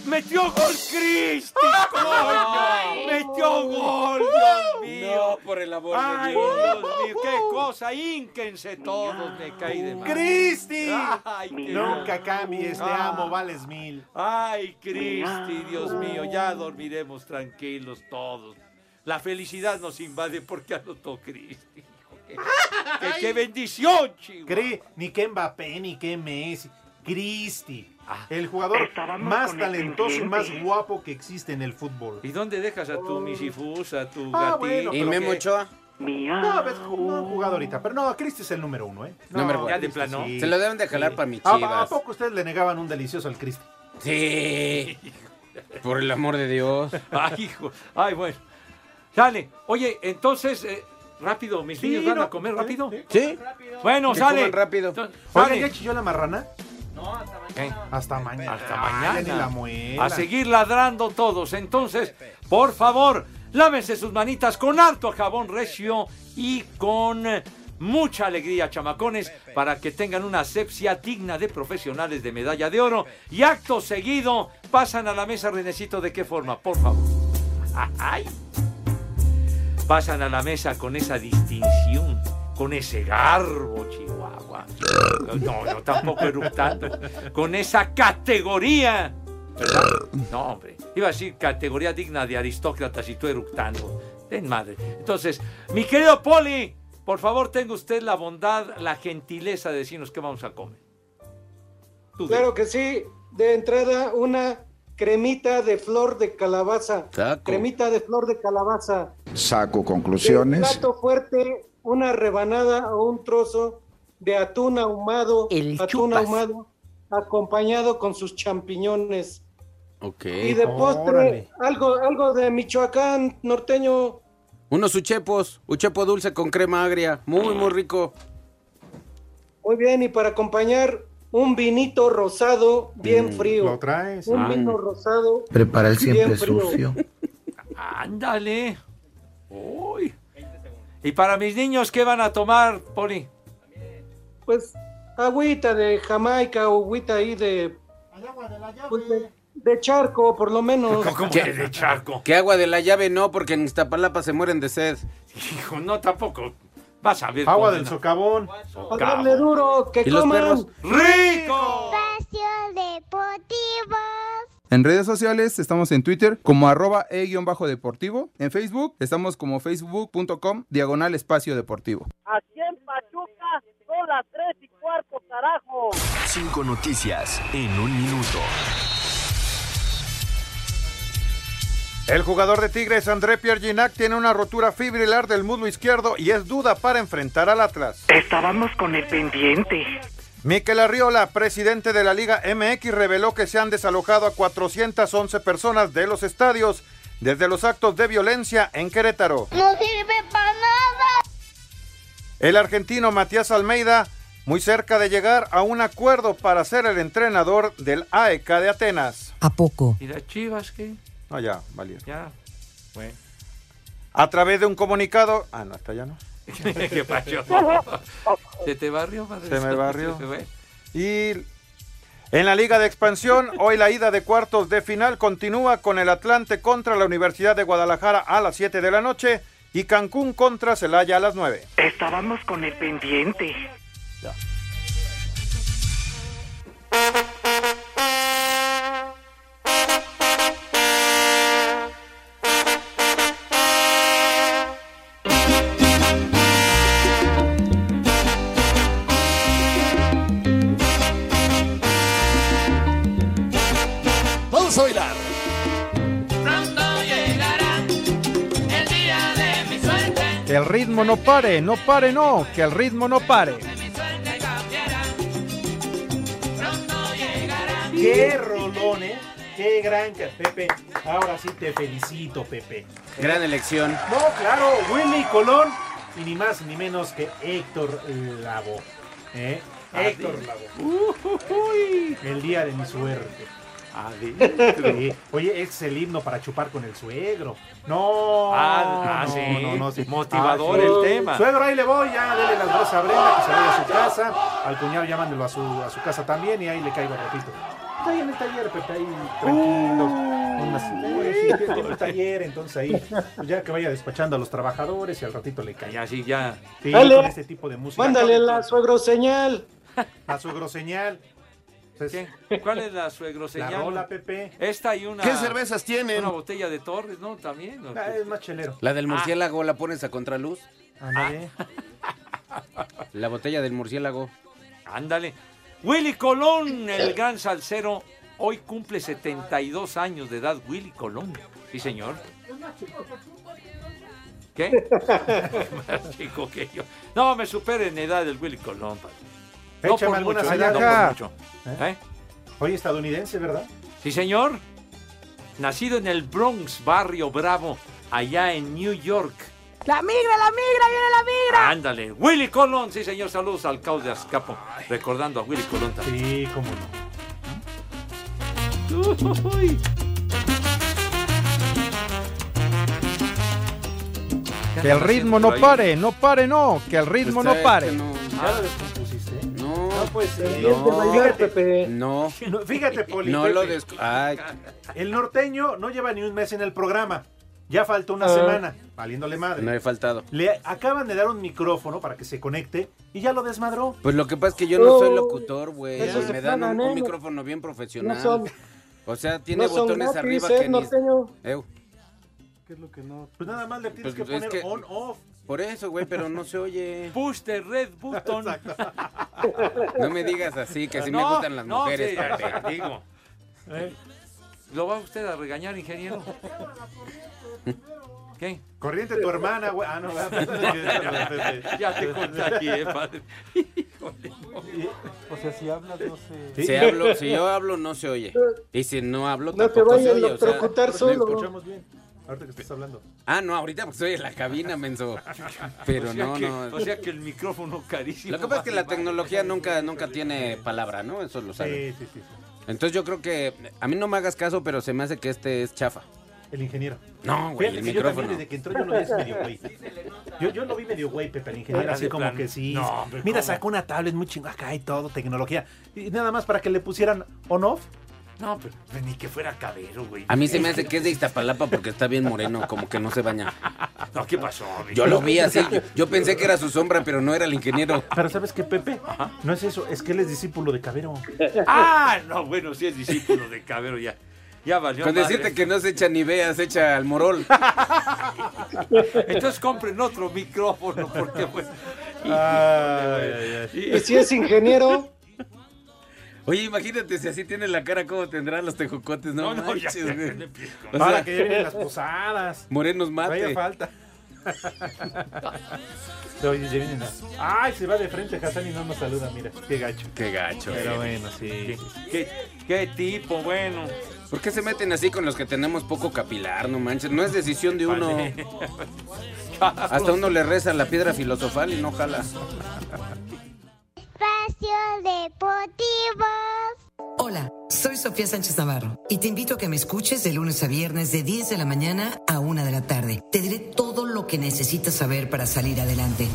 Speaker 1: ¡Metió gol Cristi! coño! ¡Metió gol! ¡Dios mío!
Speaker 5: No, por el amor de
Speaker 1: ¡Ay,
Speaker 5: Dios.
Speaker 1: Dios mío! ¡Qué cosa! ¡Ínquense todos! ¡Me caí de mal!
Speaker 6: ¡Cristi!
Speaker 1: ¡Ay, qué-
Speaker 6: Nunca cambies, te este amo, vales mil.
Speaker 1: ¡Ay, Cristi! ¡Dios mío! Ya dormiremos tranquilos todos. La felicidad nos invade porque anotó Cristi. hijo.
Speaker 6: *laughs*
Speaker 1: ¡Qué, qué- qué bendición, chico!
Speaker 6: Cri- ni que Mbappé, ni que Messi. Cristi,
Speaker 1: Ah.
Speaker 6: el jugador más talentoso y más guapo que existe en el fútbol.
Speaker 1: ¿Y dónde dejas a tu misifus, a tu
Speaker 6: Ah,
Speaker 1: gatito?
Speaker 6: bueno,
Speaker 5: Y
Speaker 6: pero
Speaker 5: Memo
Speaker 6: qué-
Speaker 5: Ochoa.
Speaker 6: No, ves, no han jugado ahorita, pero no, Cristi es el número uno, ¿eh? No,
Speaker 5: Número uno.
Speaker 1: Ya de plano.
Speaker 6: sí. Ah,
Speaker 5: Se lo deben de jalar para mi
Speaker 6: ¿A- ¿A,
Speaker 5: chivas.
Speaker 6: poco ustedes le negaban un delicioso al Cristi?
Speaker 5: Sí. Por el amor de Dios.
Speaker 1: *laughs* Ay, hijo. Ay, bueno. Sale. Oye, entonces, eh, rápido, mis
Speaker 6: Sí,
Speaker 1: niños van
Speaker 6: no,
Speaker 1: a comer
Speaker 6: sí,
Speaker 1: rápido.
Speaker 6: sí.
Speaker 5: ¿Sí?
Speaker 1: Bueno,
Speaker 5: Que
Speaker 1: sale.
Speaker 5: coman rápido.
Speaker 1: Entonces,
Speaker 6: Oiga,
Speaker 1: sale.
Speaker 6: ¿ya chilló la marrana?
Speaker 1: Eh,
Speaker 6: Hasta mañana.
Speaker 1: Hasta
Speaker 6: Ya ni la
Speaker 1: mañana.
Speaker 6: muela.
Speaker 1: A seguir ladrando todos. Entonces, por favor, lávense sus manitas con harto jabón recio y con eh, mucha alegría, chamacones, para que tengan una asepsia digna de profesionales de medalla de oro. Y acto seguido, pasan a la mesa, Renecito, ¿de qué forma? Por favor. *laughs* ¡Ay! pasan a la mesa con esa distinción, con ese garbo, Chihuahua. No, no, tampoco eructando. Con esa categoría. ¿verdad? No, hombre. Iba a decir categoría digna de aristócratas y tú eructando. Ten madre. Entonces, mi querido Poli, por favor, tenga usted la bondad, la gentileza de decirnos qué vamos a comer. Tú di.
Speaker 7: Claro que sí. De entrada, una cremita de flor de calabaza.
Speaker 34: Taco.
Speaker 7: Cremita de flor de calabaza.
Speaker 2: Saco
Speaker 7: De
Speaker 2: conclusiones.
Speaker 7: plato fuerte, una rebanada o un trozo de atún ahumado.
Speaker 5: El
Speaker 7: atún
Speaker 5: chupas.
Speaker 7: ahumado acompañado con sus champiñones.
Speaker 5: Ok.
Speaker 7: Y de postre,
Speaker 6: Órale.
Speaker 7: algo, algo de Michoacán, norteño.
Speaker 5: Unos uchepos. Uchepo dulce con crema agria. Muy, muy rico.
Speaker 7: Muy bien, y para acompañar, un vinito rosado bien
Speaker 35: Mm,
Speaker 7: frío.
Speaker 35: ¿lo traes?
Speaker 7: Un
Speaker 35: Ah.
Speaker 7: vino rosado.
Speaker 35: Prepara el siempre
Speaker 7: bien frío.
Speaker 35: sucio.
Speaker 1: Ándale. Uy. ¿Y para mis niños qué van a tomar, Poli?
Speaker 7: Pues agüita de Jamaica, agüita ahí de. pues, de, de charco, por lo
Speaker 5: *laughs*
Speaker 7: menos.
Speaker 1: que de charco?
Speaker 5: ¿Qué agua de la llave? No, porque en Iztapalapa se mueren de sed.
Speaker 1: Hijo, no, tampoco. Vas a ver.
Speaker 5: Agua
Speaker 1: condena.
Speaker 5: del
Speaker 6: socavón.
Speaker 7: A darle duro, que
Speaker 5: Oh, ¿Y los
Speaker 7: coman.
Speaker 5: perros?
Speaker 1: ¡Rico!
Speaker 21: En redes sociales estamos en Twitter como arroba e e-deportivo. En Facebook estamos como facebook.com diagonal espacio deportivo.
Speaker 22: Aquí en Pachuca son las tres y cuarto, carajo.
Speaker 11: Cinco noticias en un minuto.
Speaker 10: El jugador de Tigres, André Pierre Gignac, tiene una rotura fibrilar del muslo izquierdo y es duda para enfrentar al Atlas.
Speaker 13: Estábamos con el pendiente.
Speaker 10: Miquel Arriola, presidente de la Liga MX, reveló que se han desalojado a 411 personas de los estadios desde los actos de violencia en Querétaro.
Speaker 22: No sirve para nada.
Speaker 10: El argentino Matías Almeida, muy cerca de llegar a un acuerdo para ser el entrenador del AEK de Atenas.
Speaker 3: ¿A poco?
Speaker 1: ¿Y las chivas qué?
Speaker 10: No, ya, valieron.
Speaker 1: Ya. Bueno.
Speaker 10: A través de un comunicado... Ah, no, hasta allá no.
Speaker 1: *laughs* ¿Qué pasó? ¿Se te barrió, padre?
Speaker 10: Se me
Speaker 1: *laughs*
Speaker 10: barrió.
Speaker 1: Se fue.
Speaker 10: Y en la Liga de Expansión, hoy la ida de cuartos de final continúa con el Atlante contra la Universidad de Guadalajara a las 7 de la noche y Cancún contra Celaya a las 9.
Speaker 13: Estábamos con el pendiente.
Speaker 4: Vamos a bailar.
Speaker 22: Pronto llegará el día de mi suerte.
Speaker 34: Que el ritmo no pare, no pare, no, que el ritmo no pare.
Speaker 6: ¡Qué rolón, eh! ¡Qué gran ca- Pepe! Ahora sí te felicito, Pepe.
Speaker 5: Gran elección.
Speaker 6: No, claro, Willy Colón y ni más ni menos que Héctor Lavo. ¿eh? Héctor Lavo. El día de mi suerte. Sí. Oye, es el himno para chupar con el suegro. No.
Speaker 1: Ah, ah,
Speaker 6: no,
Speaker 1: sí.
Speaker 6: no, no, sí.
Speaker 1: Motivador
Speaker 6: Ah, sí.
Speaker 1: el tema.
Speaker 6: Suegro, ahí le voy, ya dele las dos a Brenda que se vaya a su casa. Al cuñado llámandelo a su, a su casa también y ahí le caigo, repito. Está ahí en el taller, Pepe, ahí tranquilos. con las- Sí, tiene un taller, entonces ahí, pues ya que vaya despachando a los trabajadores y al ratito le cae.
Speaker 1: Ya, sí, ya.
Speaker 6: Sí,
Speaker 7: Uh, Dale.
Speaker 6: con este tipo de música.
Speaker 7: Mándale la suegroseñal.
Speaker 6: A suegro señal.
Speaker 1: ¿Cuál es la suegroseñal?
Speaker 6: Pues, La rola, Pepe.
Speaker 1: Esta y una.
Speaker 6: ¿Qué cervezas tienen?
Speaker 1: Una botella de Torres, ¿no? También. ¿o
Speaker 6: Ah,
Speaker 1: qué?
Speaker 6: es más chelero.
Speaker 5: La del
Speaker 1: Ah,
Speaker 5: murciélago la pones a contraluz. Ah.
Speaker 6: Ándale.
Speaker 5: La botella del murciélago.
Speaker 1: Ándale. Willy Colón, el gran salsero. Hoy cumple 72 años de edad, Willy Colón. Sí, señor. ¿Qué?
Speaker 6: *laughs*
Speaker 1: más chico que yo. No, me supera en edad el Willy Colón. padre. No
Speaker 6: Échame
Speaker 1: por
Speaker 6: alguna
Speaker 1: mucho, ¿eh? no
Speaker 6: sedaja.
Speaker 1: por mucho. ¿Eh?
Speaker 6: Oye, estadounidense, ¿verdad?
Speaker 1: Sí, señor. Nacido en el Bronx, barrio Bravo, allá en New York.
Speaker 22: La migra, la migra, viene la migra.
Speaker 1: Ándale, Willy Colón, sí señor, saludos al caos de Azcapo, recordando a Willy Colón también.
Speaker 6: Sí, cómo no.
Speaker 34: Que el ritmo no pare, no pare, no, que el
Speaker 5: Pues,
Speaker 34: ritmo no pare.
Speaker 1: Ah,
Speaker 6: ¿Ya lo descompusiste?
Speaker 5: No.
Speaker 6: pues eh,
Speaker 5: No.
Speaker 6: de bailar, Pepe.
Speaker 1: *laughs*
Speaker 5: No.
Speaker 6: No, fíjate, Poli.
Speaker 5: *laughs* No
Speaker 6: Pepe.
Speaker 5: lo des... Ay.
Speaker 6: El norteño no lleva ni un mes en el programa. Ya falta una
Speaker 5: Ah.
Speaker 6: semana. Valiéndole madre.
Speaker 5: No he faltado.
Speaker 6: Le acaban de dar un micrófono para que se conecte y ya lo desmadró.
Speaker 5: Pues lo que pasa es que yo no soy
Speaker 6: Oh,
Speaker 5: locutor, güey.
Speaker 6: eso se
Speaker 5: Me dan
Speaker 6: paga,
Speaker 5: un,
Speaker 6: ¿no?
Speaker 5: un micrófono bien profesional.
Speaker 6: No son-
Speaker 5: o sea, tiene
Speaker 6: no son
Speaker 5: botones
Speaker 6: gratis,
Speaker 5: arriba
Speaker 6: ¿eh,
Speaker 5: que ni...
Speaker 7: norteño?
Speaker 5: Eu,
Speaker 6: ¿Qué es lo que no? Pues nada más le tienes
Speaker 5: Pues
Speaker 6: que
Speaker 5: es
Speaker 6: poner
Speaker 5: que-
Speaker 6: on off.
Speaker 5: por eso, güey, pero no
Speaker 6: *laughs*
Speaker 5: se oye.
Speaker 1: Push the red button.
Speaker 5: *laughs* No me digas así, que si me
Speaker 1: No,
Speaker 5: gustan las
Speaker 1: no,
Speaker 5: mujeres.
Speaker 1: sí,
Speaker 6: *laughs*
Speaker 5: Pepe. Eh.
Speaker 1: digo. ¿Lo va usted a regañar, ingeniero? ¿Qué?
Speaker 6: Corriente tu hermana, güey.
Speaker 1: *laughs*
Speaker 6: *laughs* Ah, no, *laughs* ¿verdad?
Speaker 1: ya te contagié,
Speaker 6: *laughs*
Speaker 1: padre. Híjole,
Speaker 10: O
Speaker 6: pues,
Speaker 10: sea, si hablas, no sé.
Speaker 5: Si, hablo, si yo hablo, no se oye. Y si no hablo,
Speaker 7: No te
Speaker 5: tampoco se
Speaker 7: vayas a
Speaker 5: oye. o sea,
Speaker 7: electrocutar
Speaker 5: no
Speaker 7: solo.
Speaker 5: escucho.
Speaker 6: Ahorita que estás hablando.
Speaker 5: Ah, no, ahorita porque estoy en la
Speaker 6: *laughs*
Speaker 5: cabina, menso. Pero
Speaker 1: O sea
Speaker 5: no,
Speaker 1: que-
Speaker 5: no.
Speaker 1: O sea que el micrófono carísimo.
Speaker 5: Lo que pasa es que la
Speaker 1: vale, vale.
Speaker 5: tecnología nunca, nunca tiene palabra, ¿no? Eso lo saben.
Speaker 6: Sí, sí, sí.
Speaker 5: Entonces yo creo que, a mí no me hagas caso, pero se me hace que este es chafa.
Speaker 6: El ingeniero.
Speaker 5: No, güey,
Speaker 6: Fíjate
Speaker 5: el
Speaker 6: que yo también
Speaker 5: micrófono.
Speaker 6: desde que entró yo lo vi así medio güey. Yo, yo lo vi medio güey, Pepe, el ingeniero,
Speaker 5: Ah,
Speaker 6: así
Speaker 5: de
Speaker 6: como
Speaker 5: plano.
Speaker 6: que sí.
Speaker 5: No, hombre,
Speaker 6: Mira,
Speaker 5: ¿cómo?
Speaker 6: sacó una tablet muy chingada acá y todo, tecnología. Y nada más para que le pusieran on-off.
Speaker 1: No, pero ni que fuera cabero, güey.
Speaker 5: A mí se me hace que es de Iztapalapa porque está bien moreno, como que no se baña.
Speaker 1: No, ¿qué pasó?
Speaker 5: Yo lo vi así, yo, yo pensé que era su sombra, pero no era el ingeniero.
Speaker 6: Pero ¿sabes qué, Pepe? No es eso, es que él es discípulo de Cabero.
Speaker 1: *laughs* Ah, no, bueno, sí es discípulo de cabero ya. Ya valió.
Speaker 5: Con
Speaker 1: madre.
Speaker 5: decirte que no se echa ni veas, se echa al morol.
Speaker 1: *laughs* Entonces compren otro micrófono porque pues.
Speaker 5: ay.
Speaker 7: Y Pues si es
Speaker 5: *laughs*
Speaker 7: ingeniero,
Speaker 5: Oye, imagínate si así tiene la cara, ¿cómo tendrán los tejocotes? No,
Speaker 6: No, no, ya,
Speaker 5: manches,
Speaker 6: ya,
Speaker 5: güey.
Speaker 6: ya, ya,
Speaker 5: O
Speaker 6: Para
Speaker 5: sea,
Speaker 6: que ya vienen las posadas.
Speaker 5: Morenos mate.
Speaker 6: Vaya falta. Oye, ya vienen las- Ay, se va de frente Hassan y no nos saluda, mira. Qué gacho.
Speaker 5: Qué gacho.
Speaker 6: Pero
Speaker 5: eh.
Speaker 6: bueno, sí.
Speaker 1: ¿Qué, qué tipo, bueno.
Speaker 5: ¿Por qué se meten así con los que tenemos poco capilar? No manches, no es decisión de uno. *laughs* Hasta uno le reza la piedra filosofal y no jala.
Speaker 22: Espacio Deportivo.
Speaker 36: Hola, soy Sofía Sánchez Navarro y te invito a que me escuches de lunes a viernes de 10 de la mañana a 1 de la tarde. Te diré todo lo que necesitas saber para salir adelante,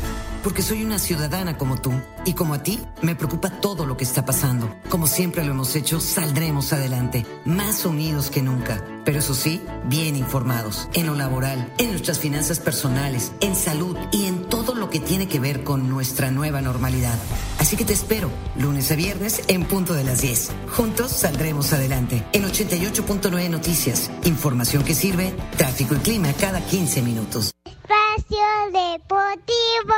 Speaker 36: porque soy una ciudadana como tú y como a ti me preocupa todo lo que está pasando. Como siempre lo hemos hecho, saldremos adelante, más unidos que nunca, pero eso sí, bien informados, en lo laboral, en nuestras finanzas personales, en salud y en todo lo que tiene que ver con nuestra nueva normalidad. Así que te espero lunes a viernes en punto de las 10. Juntos saldremos adelante. En 88.9 Noticias, información que sirve, tráfico y clima cada 15 minutos.
Speaker 22: Espacio Deportivo.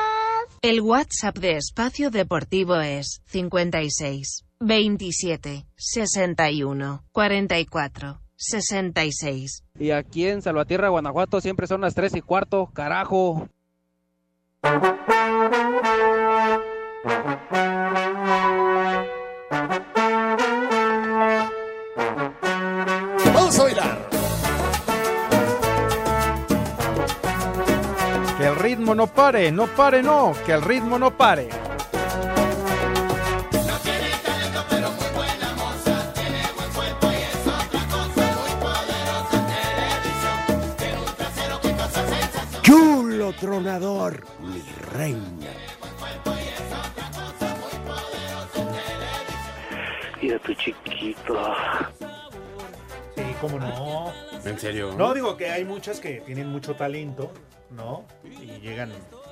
Speaker 8: El WhatsApp de Espacio Deportivo es 56 27 61 44 66.
Speaker 3: Y aquí en Salvatierra, Guanajuato, siempre son las 3 y cuarto, carajo.
Speaker 4: Vamos a bailar.
Speaker 10: Que el ritmo no pare, no pare, no, que el ritmo no pare.
Speaker 14: Chulo tronador, mi reina.
Speaker 15: Mira tu chiquito.
Speaker 6: Sí, cómo no.
Speaker 5: ¿En serio?
Speaker 6: No, digo que hay muchas que tienen mucho talento, ¿no? Y llegan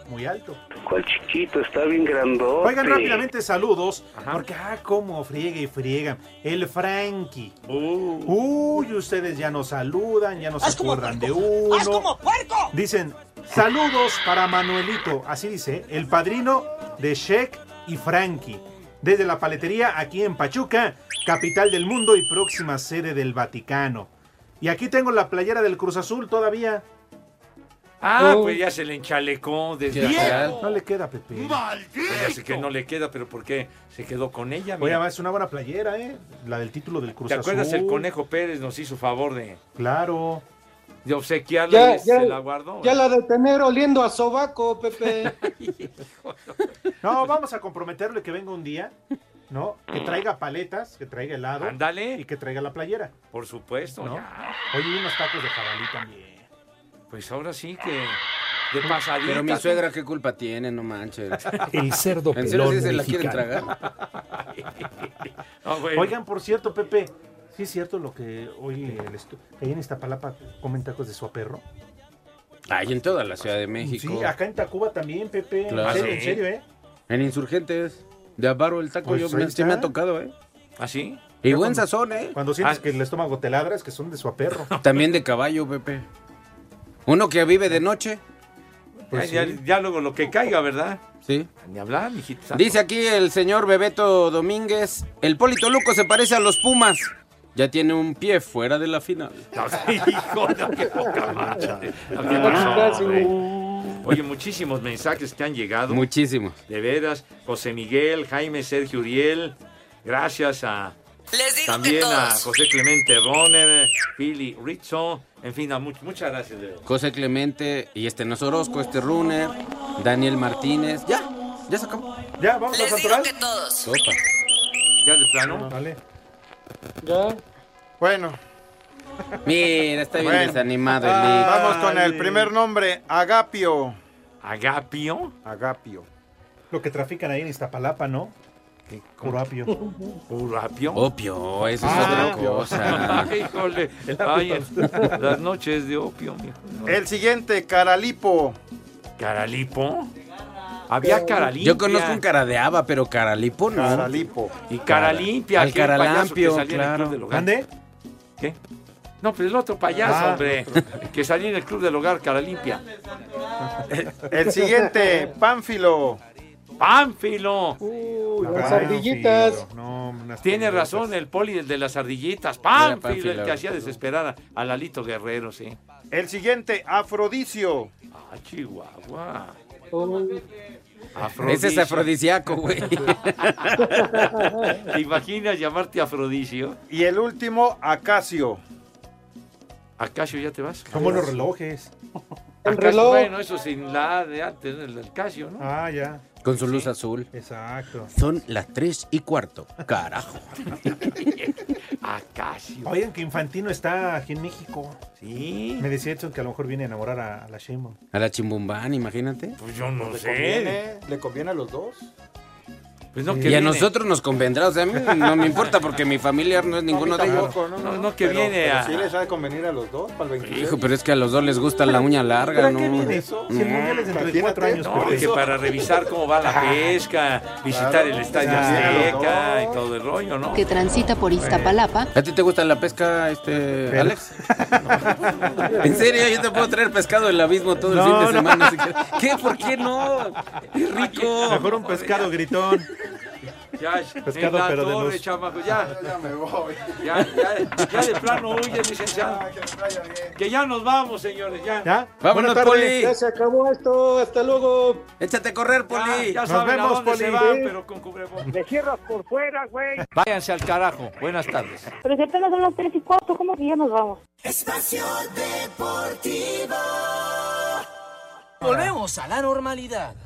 Speaker 6: muy alto.
Speaker 15: ¿Cuál chiquito? Está bien grandote.
Speaker 6: Oigan rápidamente saludos, porque ah, cómo friega y friega. El Frankie. Uy, ustedes ya nos saludan, ya nos acuerdan de uno. Dicen, saludos para Manuelito, así dice, el padrino de Sheik y Frankie. Desde la paletería aquí en Pachuca, capital del mundo y próxima sede del Vaticano. Y aquí tengo la playera del Cruz Azul todavía.
Speaker 1: Ah,
Speaker 6: Oh.
Speaker 1: pues ya se le enchalecó desde
Speaker 6: Bien. No le queda, Pepe.
Speaker 1: Pues ya sé que no le queda, pero ¿por qué se quedó con ella?
Speaker 6: Oye,
Speaker 1: mira.
Speaker 6: además es una buena playera, ¿eh? La del título del Cruz
Speaker 1: ¿Te acuerdas?
Speaker 6: Azul.
Speaker 1: El Conejo Pérez nos hizo favor de,
Speaker 6: Claro.
Speaker 1: de obsequiarla
Speaker 7: ya,
Speaker 1: y
Speaker 7: ya,
Speaker 1: se la guardó.
Speaker 5: ¿eh?
Speaker 7: ya la de tener oliendo a sobaco, Pepe.
Speaker 6: No, vamos a comprometerle que venga un día, ¿no? Que traiga paletas, que traiga helado.
Speaker 1: Ándale.
Speaker 6: Y que traiga la playera,
Speaker 1: Por supuesto,
Speaker 6: ¿no?
Speaker 1: ya.
Speaker 6: Oye, y unos tacos de jabalí también. Pues,
Speaker 1: Pues ahora sí que de pasadita.
Speaker 5: Pero mi suegra, ¿qué culpa tiene? No manches.
Speaker 6: *laughs* El cerdo
Speaker 5: ¿En serio sí
Speaker 6: pelón
Speaker 5: se la quieren
Speaker 6: mexicano.
Speaker 1: *laughs*
Speaker 5: tragar?
Speaker 6: Oigan, por cierto, Pepe, ¿sí es cierto lo que hoy el estu- ahí en Iztapalapa comen tacos de su perro?
Speaker 5: Ay, en toda la Ciudad de México.
Speaker 6: Sí, acá en Tacuba también, Pepe.
Speaker 5: Claro.
Speaker 6: En serio,
Speaker 5: Sí.
Speaker 6: en serio, ¿eh?
Speaker 5: En Insurgentes. De Avaro el taco,
Speaker 6: Pues
Speaker 5: yo
Speaker 6: ahí
Speaker 5: me, sí
Speaker 6: está.
Speaker 5: me ha tocado, ¿eh?
Speaker 1: ¿Ah, sí?
Speaker 5: Y
Speaker 6: Ya
Speaker 5: buen
Speaker 6: cuando-
Speaker 5: sazón, ¿eh?
Speaker 6: Cuando
Speaker 1: Ah.
Speaker 6: sientes que el estómago te ladra, es que son de su perro.
Speaker 5: También de caballo, Pepe. Uno que vive de noche.
Speaker 1: Ay, ya, ya luego lo que caiga, ¿verdad?
Speaker 5: Pues Sí.
Speaker 1: Ni hablar, mijito.
Speaker 5: Dice aquí el señor Bebeto Domínguez, el Polito Luco se parece a los Pumas. Ya tiene un pie fuera de la
Speaker 1: *laughs*
Speaker 5: final.
Speaker 1: Hijo, *laughs* no, qué poca madre. No, qué
Speaker 5: Ah,
Speaker 1: pasó,
Speaker 5: casi.
Speaker 1: güey. Oye, muchísimos mensajes que han llegado.
Speaker 5: Muchísimo.
Speaker 1: De veras, José Miguel, Jaime Sergio Uriel, gracias a también a José Clemente Roner, Philly Rizzo, En fin, no, much- muchas gracias, de verdad.
Speaker 5: José Clemente y este Nos Orozco, este Runner, Daniel Martínez. Ya, ya se acabó.
Speaker 10: Ya, vamos
Speaker 36: Les digo que todos.
Speaker 5: Sopa.
Speaker 1: Ya de plano.
Speaker 10: Vale.
Speaker 7: Ya.
Speaker 10: Bueno.
Speaker 5: Mira, está bien
Speaker 10: Bueno.
Speaker 5: desanimado el
Speaker 10: Ah,
Speaker 5: Lick.
Speaker 10: Vamos con el primer nombre, Agapio.
Speaker 1: ¿Agapio?
Speaker 10: Agapio.
Speaker 6: Lo que trafican ahí en Iztapalapa, ¿no? Puro apio.
Speaker 5: *laughs*
Speaker 1: ¿Puro apio?
Speaker 5: Opio, eso es
Speaker 10: Ah,
Speaker 5: otra cosa.
Speaker 1: *laughs* Híjole,
Speaker 10: El
Speaker 1: ay,
Speaker 10: apio.
Speaker 1: las noches de opio, mijo. No.
Speaker 10: El siguiente, Caralipo.
Speaker 1: ¿Caralipo? Había cara limpia.
Speaker 5: Yo conozco un cara de haba, pero caralipo no.
Speaker 10: Caralipo.
Speaker 1: Y cara limpia,
Speaker 5: Al
Speaker 1: aquel payaso que
Speaker 5: caralampio,
Speaker 1: salía en el Club
Speaker 5: claro.
Speaker 1: del Hogar. ¿Qué? No, pues el otro payaso,
Speaker 10: Ah,
Speaker 1: hombre. Que salía en el club del hogar, cara limpia.
Speaker 10: El siguiente, *laughs* Pánfilo.
Speaker 1: ¡Pánfilo!
Speaker 7: las ardillitas.
Speaker 6: No, unas
Speaker 1: Tiene
Speaker 6: pelotas.
Speaker 1: razón el poli, el de las ardillitas.
Speaker 5: Era
Speaker 1: Pánfilo, el
Speaker 5: Pánfilo.
Speaker 1: que hacía desesperar a, a Lalito Guerrero, sí.
Speaker 10: El siguiente, Afrodisio.
Speaker 1: Ah, Chihuahua.
Speaker 5: Ese es
Speaker 10: *laughs*
Speaker 5: afrodisíaco, güey.
Speaker 1: ¿Te imaginas llamarte Afrodisio?
Speaker 10: Y el último, Acacio.
Speaker 1: ¿Acacio ya te vas?
Speaker 6: Como los relojes.
Speaker 1: Acacio,
Speaker 6: reloj.
Speaker 1: Bueno, eso sin la de antes, el, el Casio, ¿no?
Speaker 6: Ah, ya.
Speaker 5: Con su luz azul.
Speaker 6: Exacto.
Speaker 5: Son las tres y cuarto.
Speaker 1: *laughs*
Speaker 5: Carajo.
Speaker 1: Ah, Acacio.
Speaker 6: Oigan, que Infantino está aquí en México.
Speaker 1: Sí.
Speaker 6: Me decía Edson que a lo mejor viene a enamorar a, a la Sheinbaum.
Speaker 5: A la chimbumbán, imagínate.
Speaker 1: Pues yo no sé.
Speaker 10: ¿Le conviene a los dos?
Speaker 1: Pues no,
Speaker 5: y
Speaker 1: que
Speaker 5: a
Speaker 1: viene.
Speaker 5: nosotros nos convendrá. O sea, a mí no me importa porque mi familiar no es ninguno de ellos.
Speaker 10: Tampoco, no, no,
Speaker 1: No, no, que
Speaker 10: Pero-
Speaker 1: viene
Speaker 10: pero
Speaker 1: a-
Speaker 10: sí les ha de convenir a los dos para el 26.
Speaker 5: Hijo, pero es que a los dos les gusta la uña larga, ¿no?
Speaker 10: Eso.
Speaker 6: Si el mundial es dentro de
Speaker 10: Imagínate.
Speaker 6: cuatro años,
Speaker 1: No, que para revisar cómo va la pesca, visitar
Speaker 5: Claro.
Speaker 1: el estadio
Speaker 5: Ya,
Speaker 1: Azteca y todo el rollo, ¿no?
Speaker 30: que transita por Iztapalapa.
Speaker 5: ¿A ti te gusta la pesca, este, Alex? *laughs* ¿En serio? Yo te puedo traer pescado del abismo todo el
Speaker 6: No,
Speaker 5: fin de
Speaker 6: no.
Speaker 5: semana. si quieres. ¿Qué? ¿Por qué no? Es rico.
Speaker 6: mejor un pescado gritón. *laughs*
Speaker 1: Ya,
Speaker 6: Pescado,
Speaker 1: en la
Speaker 6: pero de
Speaker 1: torre,
Speaker 6: luz.
Speaker 1: chamaco, ya.
Speaker 2: Ya me voy. Ah,
Speaker 1: Ya, ya, ya de plano huye, licenciado. Que ya nos vamos, señores, ya.
Speaker 6: *laughs* ¿Ya? Buenas
Speaker 5: Vámonos,
Speaker 6: tardes.
Speaker 5: Poli.
Speaker 7: Ya se acabó esto. Hasta luego.
Speaker 5: Échate a correr, Poli.
Speaker 1: Ya
Speaker 6: Nos
Speaker 1: saben
Speaker 6: vemos,
Speaker 1: a dónde se
Speaker 6: Poli.
Speaker 1: van, pero con cubrebocas.
Speaker 22: Me cierras por fuera, güey.
Speaker 1: Váyanse al carajo. Buenas tardes.
Speaker 22: Pero si apenas son las 3 y 4, ¿cómo que ya nos vamos?
Speaker 14: Espacio Deportivo. Volvemos a la normalidad.